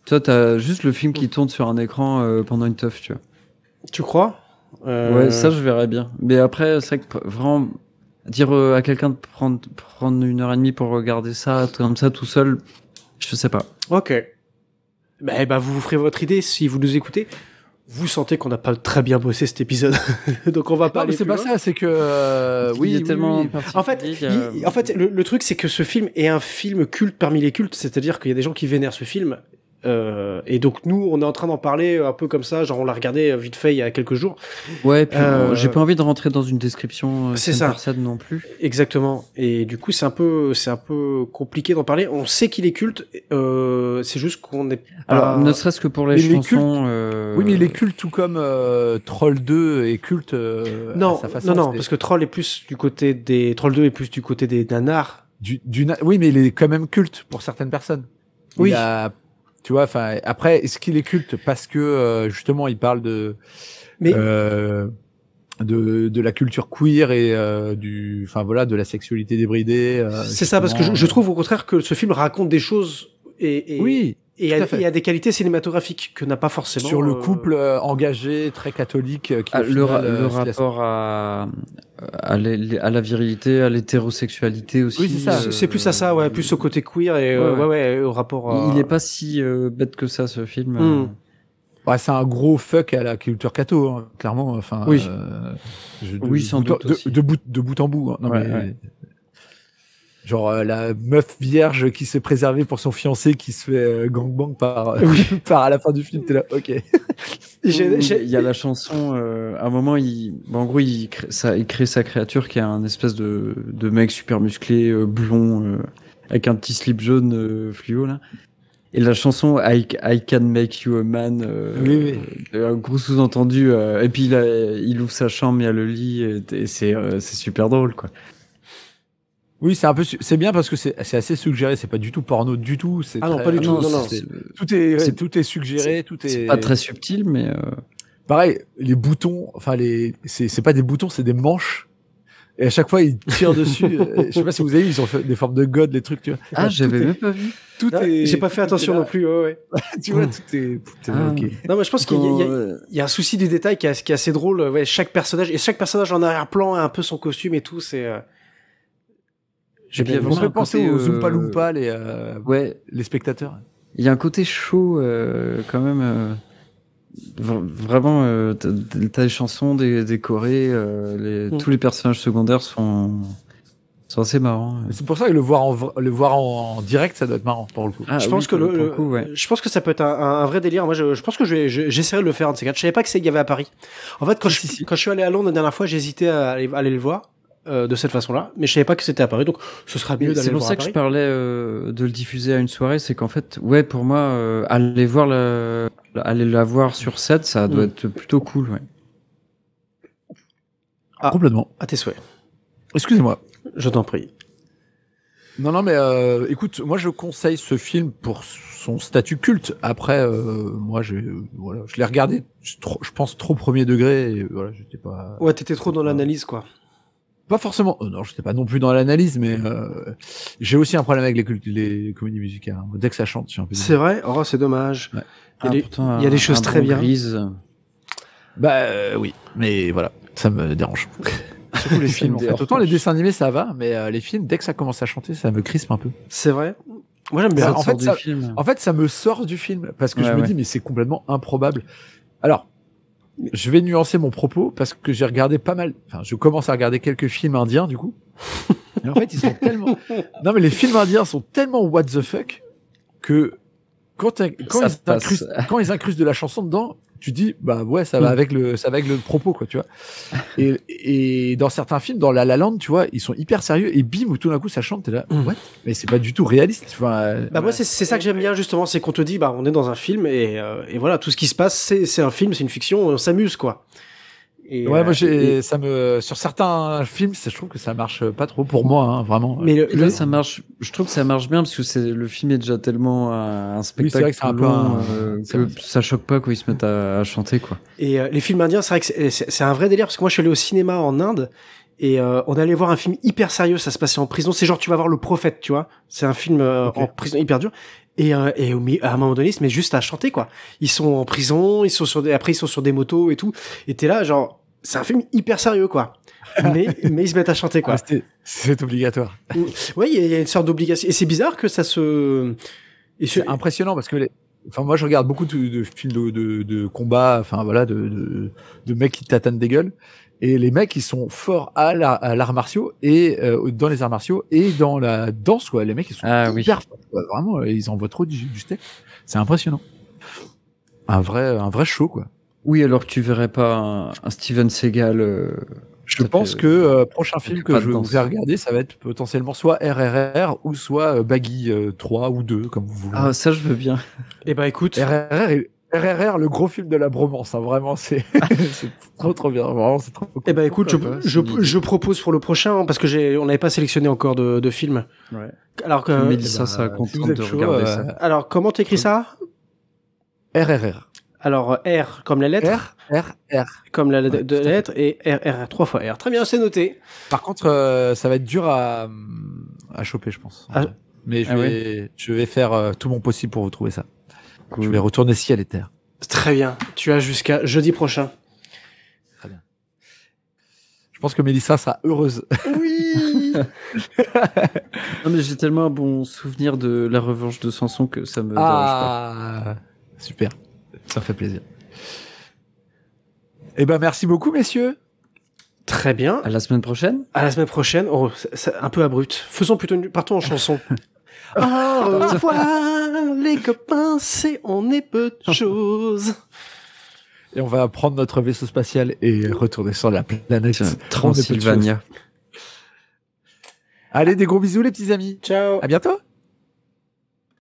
Speaker 5: Toi, t'as juste le film qui tourne sur un écran euh, pendant une teuf, tu vois.
Speaker 2: Tu crois Euh,
Speaker 5: Ouais, ça je verrais bien. Mais après, c'est vrai que p- vraiment dire euh, à quelqu'un de prendre prendre une heure et demie pour regarder ça t- comme ça tout seul, je sais pas.
Speaker 2: Ok. Bah, eh ben, vous vous ferez votre idée si vous nous écoutez. Vous sentez qu'on n'a pas très bien bossé cet épisode, (laughs) donc on va
Speaker 1: Non,
Speaker 2: pas.
Speaker 1: mais
Speaker 2: aller
Speaker 1: c'est
Speaker 2: plus
Speaker 1: pas
Speaker 2: loin.
Speaker 1: ça, c'est que. euh, oui,
Speaker 5: il est
Speaker 1: oui,
Speaker 5: tellement.
Speaker 1: oui.
Speaker 2: En fait,
Speaker 5: particulier,
Speaker 2: il-
Speaker 5: euh,
Speaker 2: en fait, le, le truc, c'est que ce film est un film culte parmi les cultes, c'est-à-dire qu'il y a des gens qui vénèrent ce film. euh, et donc nous, on est en train d'en parler un peu comme ça, genre on l'a regardé euh, vite fait il y a quelques jours.
Speaker 5: ouais, puis,
Speaker 2: euh,
Speaker 5: bon, j'ai pas envie de rentrer dans une description euh,
Speaker 2: c'est
Speaker 5: scène
Speaker 2: ça.
Speaker 5: par scène non plus.
Speaker 2: Exactement. Et du coup, c'est un peu, c'est un peu compliqué d'en parler. On sait qu'il est culte. euh, c'est juste qu'on est.
Speaker 5: Alors,
Speaker 2: pas-
Speaker 5: Euh, ne serait-ce que pour les
Speaker 1: mais les
Speaker 5: chansons. euh,
Speaker 1: Oui, mais il est culte tout comme euh, Troll 2 est culte. euh, à
Speaker 2: non,
Speaker 1: sa façon,
Speaker 2: non, non,
Speaker 1: c'est
Speaker 2: parce que Troll est plus du côté des Troll 2 est plus du côté des nanars.
Speaker 1: du, du na- Oui, mais il est quand même culte pour certaines personnes. Il
Speaker 2: Oui.
Speaker 1: a- tu vois, enfin, après, est-ce qu'il est culte parce que euh, justement il parle de.
Speaker 2: Mais
Speaker 1: euh, de, de la culture queer et euh, du enfin voilà de la sexualité débridée euh,
Speaker 2: c'est ça, parce que je,
Speaker 1: justement,
Speaker 2: je trouve au contraire que ce film raconte des choses et,
Speaker 1: euh,
Speaker 2: et,
Speaker 1: oui
Speaker 2: et,
Speaker 1: tout
Speaker 2: a,
Speaker 1: à fait.
Speaker 2: et a des qualités cinématographiques que n'a pas forcément
Speaker 1: sur le
Speaker 2: euh,
Speaker 1: couple euh, engagé très catholique euh, qui,
Speaker 5: Ah,
Speaker 1: au
Speaker 5: le,
Speaker 1: final,
Speaker 5: ra-
Speaker 1: euh,
Speaker 5: le
Speaker 1: se laisse-
Speaker 5: rapport à, à, l'é- l'é- à la virilité, à l'hétérosexualité aussi.
Speaker 1: Oui, c'est ça.
Speaker 5: euh,
Speaker 2: C'est c'est plus à ça, ouais, plus au côté queer et euh, ouais,
Speaker 5: Ouais, ouais.
Speaker 2: ouais, au rapport. à-
Speaker 5: Il est pas si euh, bête que ça, ce film. euh.
Speaker 2: Hmm.
Speaker 1: Ouais, c'est un gros fuck à la culture catho, hein, clairement. Enfin,
Speaker 5: Oui.
Speaker 1: euh, je- de,
Speaker 5: Oui, sans
Speaker 1: bout en-
Speaker 5: doute
Speaker 1: de-
Speaker 5: aussi.
Speaker 1: De, bout, de bout en bout. hein. Non,
Speaker 5: Ouais,
Speaker 1: mais-
Speaker 5: ouais.
Speaker 1: Genre euh, la meuf vierge qui s'est préservée pour son fiancé qui se fait euh, gangbang par, (laughs) par à la fin du film. T'es là, ok.
Speaker 2: J'ai- j'ai-
Speaker 5: Il y a la chanson. euh, à un moment, il, bah, en gros, il crée, sa, il crée sa créature qui est un espèce de, de mec super musclé, euh, blond, euh, avec un petit slip jaune euh, fluo là. Et la chanson I, I Can Make You a Man, euh,
Speaker 1: Oui,
Speaker 5: euh, un gros sous-entendu. euh, et puis il, a- il ouvre sa chambre, il y a le lit, et, et c'est euh, c'est super drôle quoi.
Speaker 1: Oui, c'est un peu, su- c'est bien parce que c'est c'est assez suggéré. C'est pas du tout porno du tout. c'est
Speaker 2: Ah non,
Speaker 1: très-
Speaker 2: pas du tout, non,
Speaker 1: c'est-
Speaker 2: non.
Speaker 1: c'est-
Speaker 5: c'est
Speaker 1: Tout est, ouais,
Speaker 5: c'est-
Speaker 1: tout est suggéré, tout est.
Speaker 5: c'est pas très subtil, mais euh,
Speaker 1: Pareil, les boutons, enfin les, c'est c'est pas des boutons, c'est des manches. Et à chaque fois, ils tirent dessus. Euh, Je sais pas si vous avez vu, ils ont fait des formes de god, les trucs, tu vois.
Speaker 5: ah, j'avais
Speaker 1: est-
Speaker 5: même pas vu.
Speaker 1: Tout
Speaker 2: Ah,
Speaker 1: est.
Speaker 2: J'ai pas fait
Speaker 1: tout est
Speaker 2: attention
Speaker 1: là.
Speaker 2: non plus. ouais, ouais.
Speaker 1: (laughs) tu vois, tout est. Putain,
Speaker 5: Ah.
Speaker 1: ok.
Speaker 2: Non, mais je pense qu'il y a- il y a,
Speaker 5: Quand, euh,
Speaker 2: Il y a un souci du détail qui est, qui est assez drôle. euh, Ouais, chaque personnage et chaque personnage en arrière-plan a un peu son costume et tout. C'est. euh, J'ai
Speaker 5: Et
Speaker 2: bien
Speaker 5: puis, il y a
Speaker 2: vu
Speaker 1: On
Speaker 5: vraiment
Speaker 2: ça.
Speaker 1: fait
Speaker 5: un
Speaker 1: penser
Speaker 5: côté,
Speaker 1: aux
Speaker 5: euh,
Speaker 1: Oompa Loompa, les, euh,
Speaker 5: ouais,
Speaker 1: les spectateurs.
Speaker 5: Il y a un côté chaud euh, quand même. euh, vr- vraiment, euh, t'as t'as les chansons des, des Corées, euh, les-
Speaker 2: Mm.
Speaker 5: tous les personnages secondaires sont, sont assez marrants.
Speaker 1: C'est pour ça que le voir en, vr- le voir en, en direct, ça doit être marrant pour le coup.
Speaker 5: Ah,
Speaker 2: je
Speaker 5: oui,
Speaker 2: pense que
Speaker 5: pour
Speaker 2: le,
Speaker 5: pour
Speaker 2: le-
Speaker 5: coup, ouais.
Speaker 2: je pense que ça peut être un, un- un vrai délire. Moi, je, je pense que je vais- je- j'essaierai de le faire un de ces quatre. Je savais pas que c'est qu'il y avait à Paris. En fait, quand, je, quand je suis allé à Londres la dernière fois, j'hésitais à aller, à aller le voir euh, de cette façon-là, mais je savais pas que c'était à Paris. Donc, ce sera mieux
Speaker 5: Mais
Speaker 2: d'aller
Speaker 5: C'est
Speaker 2: le voir
Speaker 5: pour ça
Speaker 2: à
Speaker 5: que je
Speaker 2: Paris.
Speaker 5: parlais euh, de le diffuser à une soirée, c'est qu'en fait, ouais, pour moi, euh, aller voir la, aller la voir sur set, ça doit
Speaker 1: Hmm.
Speaker 2: Mm.
Speaker 5: être plutôt cool. Ouais.
Speaker 2: Ah.
Speaker 1: Complètement.
Speaker 2: À tes souhaits.
Speaker 1: Excusez-moi.
Speaker 2: Je t'en prie.
Speaker 1: Non, non, mais euh, écoute, moi je conseille ce film pour son statut culte. Après, euh, moi, j'ai, voilà, je l'ai regardé, je, trop- je pense trop premier degré. Et, voilà, j'étais pas,
Speaker 2: Ouais, t'étais trop dans l'analyse, quoi.
Speaker 1: pas forcément. euh, non, j'étais pas non plus dans l'analyse, mais euh, j'ai aussi un problème avec les, cultes- les comédies musicales. hein. Dès que ça chante, je suis un peu.
Speaker 2: C'est vrai. Oh, c'est dommage.
Speaker 1: Ouais.
Speaker 2: Il y a des-
Speaker 5: Ah, pourtant,
Speaker 2: il y a des choses très bien.
Speaker 5: Grise. euh,
Speaker 1: Bah euh, oui, mais voilà, ça me dérange. (laughs) Surtout les
Speaker 5: Ça
Speaker 1: films.
Speaker 5: me
Speaker 1: En fait.
Speaker 5: dérange.
Speaker 1: Autant les dessins animés, ça va, mais euh, les films, dès que ça commence à chanter, ça me crispe un peu.
Speaker 2: C'est vrai. Moi, j'aime bien.
Speaker 1: en
Speaker 5: Bah, en
Speaker 1: fait,
Speaker 5: fait,
Speaker 1: ça- En fait, ça me sort du film parce que je
Speaker 5: Ouais,
Speaker 1: me
Speaker 5: ouais.
Speaker 1: dis mais c'est complètement improbable. Alors, je vais nuancer mon propos parce que j'ai regardé pas mal. Enfin, je commence à regarder quelques films indiens du
Speaker 2: (laughs)
Speaker 1: coup. Et en fait, ils sont tellement. Non, mais les films indiens sont tellement what the fuck que quand, t'in- quand,
Speaker 5: Ça
Speaker 1: ils,
Speaker 5: passe.
Speaker 1: incrustent, quand ils incrustent de la chanson dedans, tu dis bah ouais, ça va
Speaker 2: Mm.
Speaker 1: avec le ça va avec le propos quoi, tu vois. Et, et dans certains films, dans La La Land, tu vois, ils sont hyper sérieux et bim, tout d'un coup, ça chante. T'es là,
Speaker 2: Mm.
Speaker 1: what Mais c'est pas du tout réaliste. Enfin, euh,
Speaker 2: Bah moi c'est c'est ça que j'aime bien justement, c'est qu'on te dit bah on est dans un film et, euh, et voilà tout ce qui se passe c'est c'est un film, c'est une fiction, on s'amuse quoi. Et,
Speaker 1: Ouais,
Speaker 2: euh,
Speaker 1: moi,
Speaker 2: et-
Speaker 1: j'ai, ça me, sur certains films, ça- je trouve que ça marche pas trop pour moi, hein, vraiment.
Speaker 2: Mais le,
Speaker 5: Là,
Speaker 2: le-
Speaker 5: ça marche. Je trouve que ça marche bien parce que c'est le film est déjà tellement un, un
Speaker 1: Oui, c'est
Speaker 5: spectacle
Speaker 1: vrai que c'est un
Speaker 5: tout
Speaker 1: peu
Speaker 5: long,
Speaker 1: un-
Speaker 5: euh,
Speaker 1: c'est
Speaker 5: que
Speaker 1: vrai.
Speaker 5: ça choque pas quand ils se mettent à, à chanter quoi.
Speaker 2: et euh, les films indiens, c'est vrai que c'est- c'est c'est un vrai délire parce que moi je suis allé au cinéma en Inde et euh, on allait voir un film hyper sérieux, ça se passait en prison, c'est genre tu vas voir le prophète, tu vois. C'est un film euh,
Speaker 1: Ok.
Speaker 2: en prison hyper dur Et, euh, et au mi- à un moment donné, ils se mettent juste à chanter, quoi. Ils sont en prison, ils sont sur des, après ils sont sur des motos et tout. Et t'es là, genre, c'est un film hyper sérieux,
Speaker 1: (laughs)
Speaker 2: quoi. Mais, mais ils se mettent à chanter, quoi.
Speaker 1: Ah, c'était- C'est obligatoire.
Speaker 2: Oui, il y a- il y a une sorte d'obligation. Et c'est bizarre que ça se. Et ce-
Speaker 1: C'est impressionnant parce que les- enfin moi je regarde beaucoup de, de films de, de, de combat, enfin voilà, de, de, de mecs qui tatanent des gueules. Et les mecs, ils sont forts à la- à l'art martiaux et euh, dans les arts martiaux et dans la danse, quoi. Les mecs, ils sont
Speaker 5: Ah oui.
Speaker 1: hyper forts, quoi. Vraiment, ils envoient trop du, du steak. C'est impressionnant. Un vrai, un vrai show, quoi.
Speaker 5: Oui, alors que tu verrais pas un, un Steven Seagal. euh,
Speaker 1: Je
Speaker 5: Ça
Speaker 1: pense
Speaker 5: fait-
Speaker 1: que euh, prochain film
Speaker 5: fait
Speaker 1: que
Speaker 5: pas
Speaker 1: je
Speaker 5: de
Speaker 1: vais vous
Speaker 5: danse.
Speaker 1: faire regarder, ça va être potentiellement soit RRR ou soit euh, Baggy euh, 3 ou 2, comme vous voulez.
Speaker 5: Ah, ça, je veux bien.
Speaker 2: Eh ben, écoute.
Speaker 1: RRR, est- RRR, le gros film de la bromance, hein, vraiment, (laughs) c'est c'est trop trop bien, vraiment, c'est trop cool.
Speaker 2: Eh ben écoute, je,
Speaker 5: Pourquoi pas,
Speaker 2: je,
Speaker 5: c'est une idée.
Speaker 2: je propose pour le prochain hein, parce que j'ai on n'avait pas sélectionné encore de, de films.
Speaker 5: Ouais.
Speaker 2: Alors que
Speaker 5: Mais
Speaker 1: bah,
Speaker 5: ça, ça
Speaker 1: si
Speaker 5: contente
Speaker 1: vous êtes
Speaker 5: de
Speaker 1: chaud,
Speaker 5: regarder
Speaker 1: euh,
Speaker 5: ça.
Speaker 2: alors comment t'écris ça
Speaker 1: RRR,
Speaker 2: Alors euh, R comme la lettre,
Speaker 1: R, R, R.
Speaker 2: comme la lettre
Speaker 1: Ouais,
Speaker 2: de
Speaker 1: tout à fait.
Speaker 2: lettre et R R R trois fois R. Très bien, c'est noté.
Speaker 1: Par contre, euh, ça va être dur à, à choper, je pense.
Speaker 2: Ah.
Speaker 1: Mais je,
Speaker 5: Ah
Speaker 1: vais, je vais faire euh, tout mon possible pour vous trouver ça. Je
Speaker 5: Cool.
Speaker 1: vais retourner ciel et terre.
Speaker 2: Très bien. Tu as jusqu'à jeudi prochain.
Speaker 1: Je pense que Mélissa sera heureuse.
Speaker 2: Oui.
Speaker 5: Non, mais j'ai tellement un bon souvenir de la revanche de Samson que ça me
Speaker 1: Ah, super. Ça fait plaisir. Eh ben, merci beaucoup, messieurs.
Speaker 2: Très bien.
Speaker 5: dérange pas. À la semaine prochaine.
Speaker 2: À la semaine prochaine. Oh, c'est- c'est un peu abrupt. Faisons plutôt une... partons
Speaker 1: (laughs)
Speaker 2: en chanson. Au revoir les copains, c'est on est peu
Speaker 1: (laughs)
Speaker 2: de choses.
Speaker 1: Et on va prendre notre vaisseau spatial et retourner sur la planète. On est peu de choses.
Speaker 5: Transylvania.
Speaker 1: Allez, des gros bisous, les petits amis.
Speaker 2: Ciao.
Speaker 1: À bientôt.